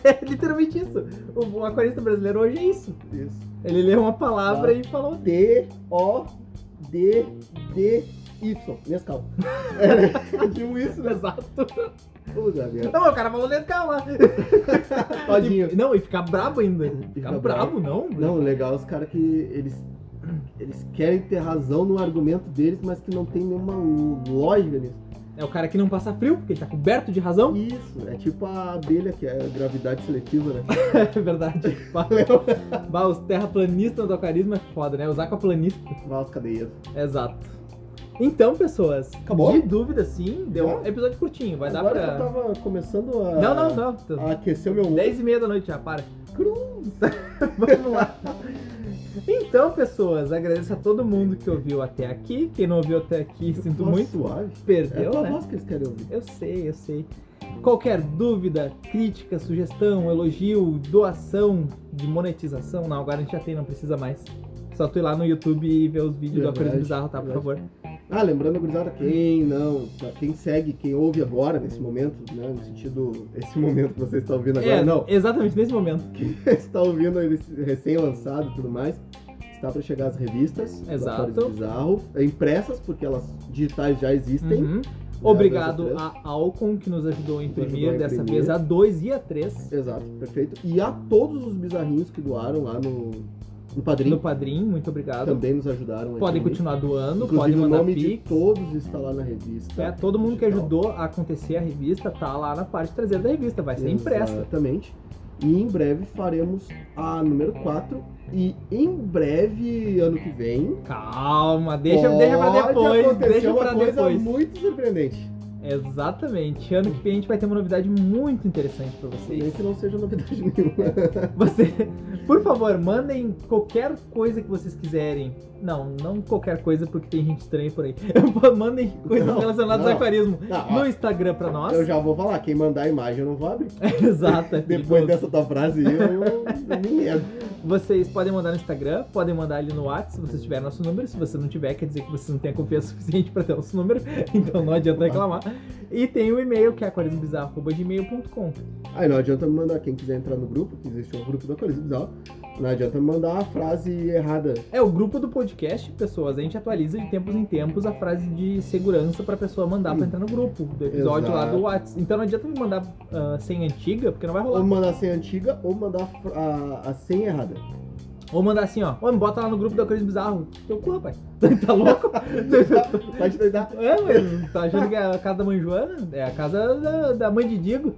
S1: É literalmente isso. O, o aquarista brasileiro hoje é isso.
S2: Isso.
S1: Ele lê uma palavra
S2: Tá.
S1: e fala outra.
S2: D-O-D-D-Y. Nescau. É, tipo isso, né?
S1: Exato.
S2: Puta merda.
S1: Não, o cara falou Nescau lá.
S2: É. Todinho.
S1: E- Não, e ficar brabo ainda.
S2: Fica
S1: Ficar brabo, não.
S2: Não, o legal é os caras que eles, eles querem ter razão no argumento deles, mas que não tem nenhuma lógica nisso.
S1: É o cara que não passa frio, porque ele tá coberto de razão.
S2: Isso, é tipo a abelha, que é a gravidade seletiva, né?
S1: É verdade. Bah, os terraplanistas do aquarismo é foda, né? Os aquaplanistas.
S2: Vai aos cadeias.
S1: Exato. Então, pessoas,
S2: Acabou?
S1: de dúvida, sim, deu um
S2: Já?
S1: episódio curtinho, vai dar
S2: Agora então tá. Ah.
S1: pra...
S2: que eu tava começando a,
S1: Não, não, não. Tô-
S2: a aquecer o meu mundo.
S1: 10 e meia da noite já, para. Vamos lá. Então, pessoas, agradeço a todo mundo que ouviu até aqui. Quem não ouviu até aqui, sinto
S2: Nossa,
S1: muito.
S2: Tá suave. É a
S1: Perdeu,
S2: tua
S1: né?
S2: voz que eles querem ouvir.
S1: Eu sei, eu sei. Qualquer dúvida, crítica, sugestão, elogio, doação de monetização. Não, agora a gente já tem, não precisa mais. Só tu ir lá no YouTube e ver os vídeos do
S2: Verdade,
S1: Aquarismo Bizarro, tá? Por favor.
S2: verdade. Ah, lembrando, gurizada, quem não, pra quem segue, quem ouve agora, nesse momento, né, no sentido, esse momento que você está ouvindo agora,
S1: é,
S2: não,
S1: Exatamente, nesse momento.
S2: está tá ouvindo ele recém-lançado e tudo mais, está para chegar as revistas do
S1: Exato.
S2: Aquário Bizarro, impressas, porque elas digitais já existem.
S1: Uhum.
S2: Já
S1: Obrigado
S2: dessa
S1: a Alcon, que nos ajudou a imprimir
S2: ajudou a
S1: dessa
S2: imprimir.
S1: vez a 2 e a 3
S2: Exato, perfeito. E a todos os bizarrinhos que doaram lá no, no Padrim,
S1: no Padrim. Muito obrigado.
S2: também nos ajudaram. a
S1: Podem
S2: imprimir.
S1: continuar doando,
S2: Inclusive,
S1: podem
S2: o
S1: mandar
S2: nome de Tá.
S1: pix.
S2: todos está lá na revista.
S1: É, todo mundo que
S2: Digital.
S1: ajudou a acontecer a revista tá lá na parte traseira da revista, vai ser é impressa.
S2: Exatamente. E em breve faremos a número 4. E em breve, ano que vem.
S1: Calma, deixa,
S2: pode
S1: deixa pra depois,
S2: acontecer
S1: deixa
S2: uma
S1: pra
S2: coisa
S1: depois.
S2: muito surpreendente.
S1: Exatamente. Ano que vem a gente vai ter uma novidade muito interessante pra
S2: Nem
S1: vocês.
S2: que não seja novidade nenhuma.
S1: Você, por favor, mandem qualquer coisa que vocês quiserem. Não, não qualquer coisa porque tem gente estranha por aí. mandem coisas
S2: Não,
S1: relacionadas
S2: não.
S1: ao aquarismo
S2: Não, ó,
S1: no Instagram pra nós.
S2: eu já vou falar, quem mandar a imagem eu não vou abrir.
S1: Exato. é
S2: Depois
S1: perigoso.
S2: dessa tua frase aí, eu eu me nego.
S1: Vocês podem mandar no Instagram, podem mandar ali no WhatsApp, se vocês tiverem nosso número. Se você não tiver, quer dizer que vocês não têm a confiança suficiente para ter nosso número, então não adianta reclamar. E tem o e-mail, que é aquarismobizarro.gmail.com.
S2: Aí não adianta me mandar, quem quiser entrar no grupo, que existe um grupo do Aquarismo Bizarro, não adianta me mandar a frase errada.
S1: É o grupo do podcast, pessoas. A gente atualiza de tempos em tempos a frase de segurança pra pessoa mandar pra entrar no grupo do episódio lá
S2: Exato.
S1: do WhatsApp. Então não adianta me mandar ah, sem antiga, porque não vai rolar.
S2: Ou mandar a senha antiga, ou mandar a fr- a, a senha errada.
S1: Ou mandar assim, ó. Ô, me bota lá no grupo do Aquarismo Bizarro. Teu cu, rapaz. Tá louco?
S2: Pode tentar.
S1: É, mas tá achando que é a casa da mãe Joana? É a casa da, da mãe de Digo.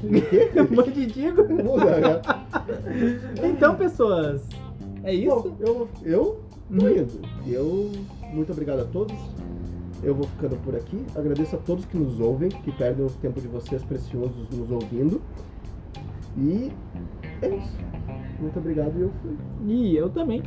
S1: mãe de Digo.
S2: Vamos ver agora.
S1: Então, pessoas, é isso?
S2: Bom, eu, eu tô indo. E Eu, muito obrigado a todos. Eu vou ficando por aqui. Agradeço a todos que nos ouvem, que perdem o tempo de vocês preciosos nos ouvindo. E é isso. Muito obrigado e eu fui.
S1: E eu também.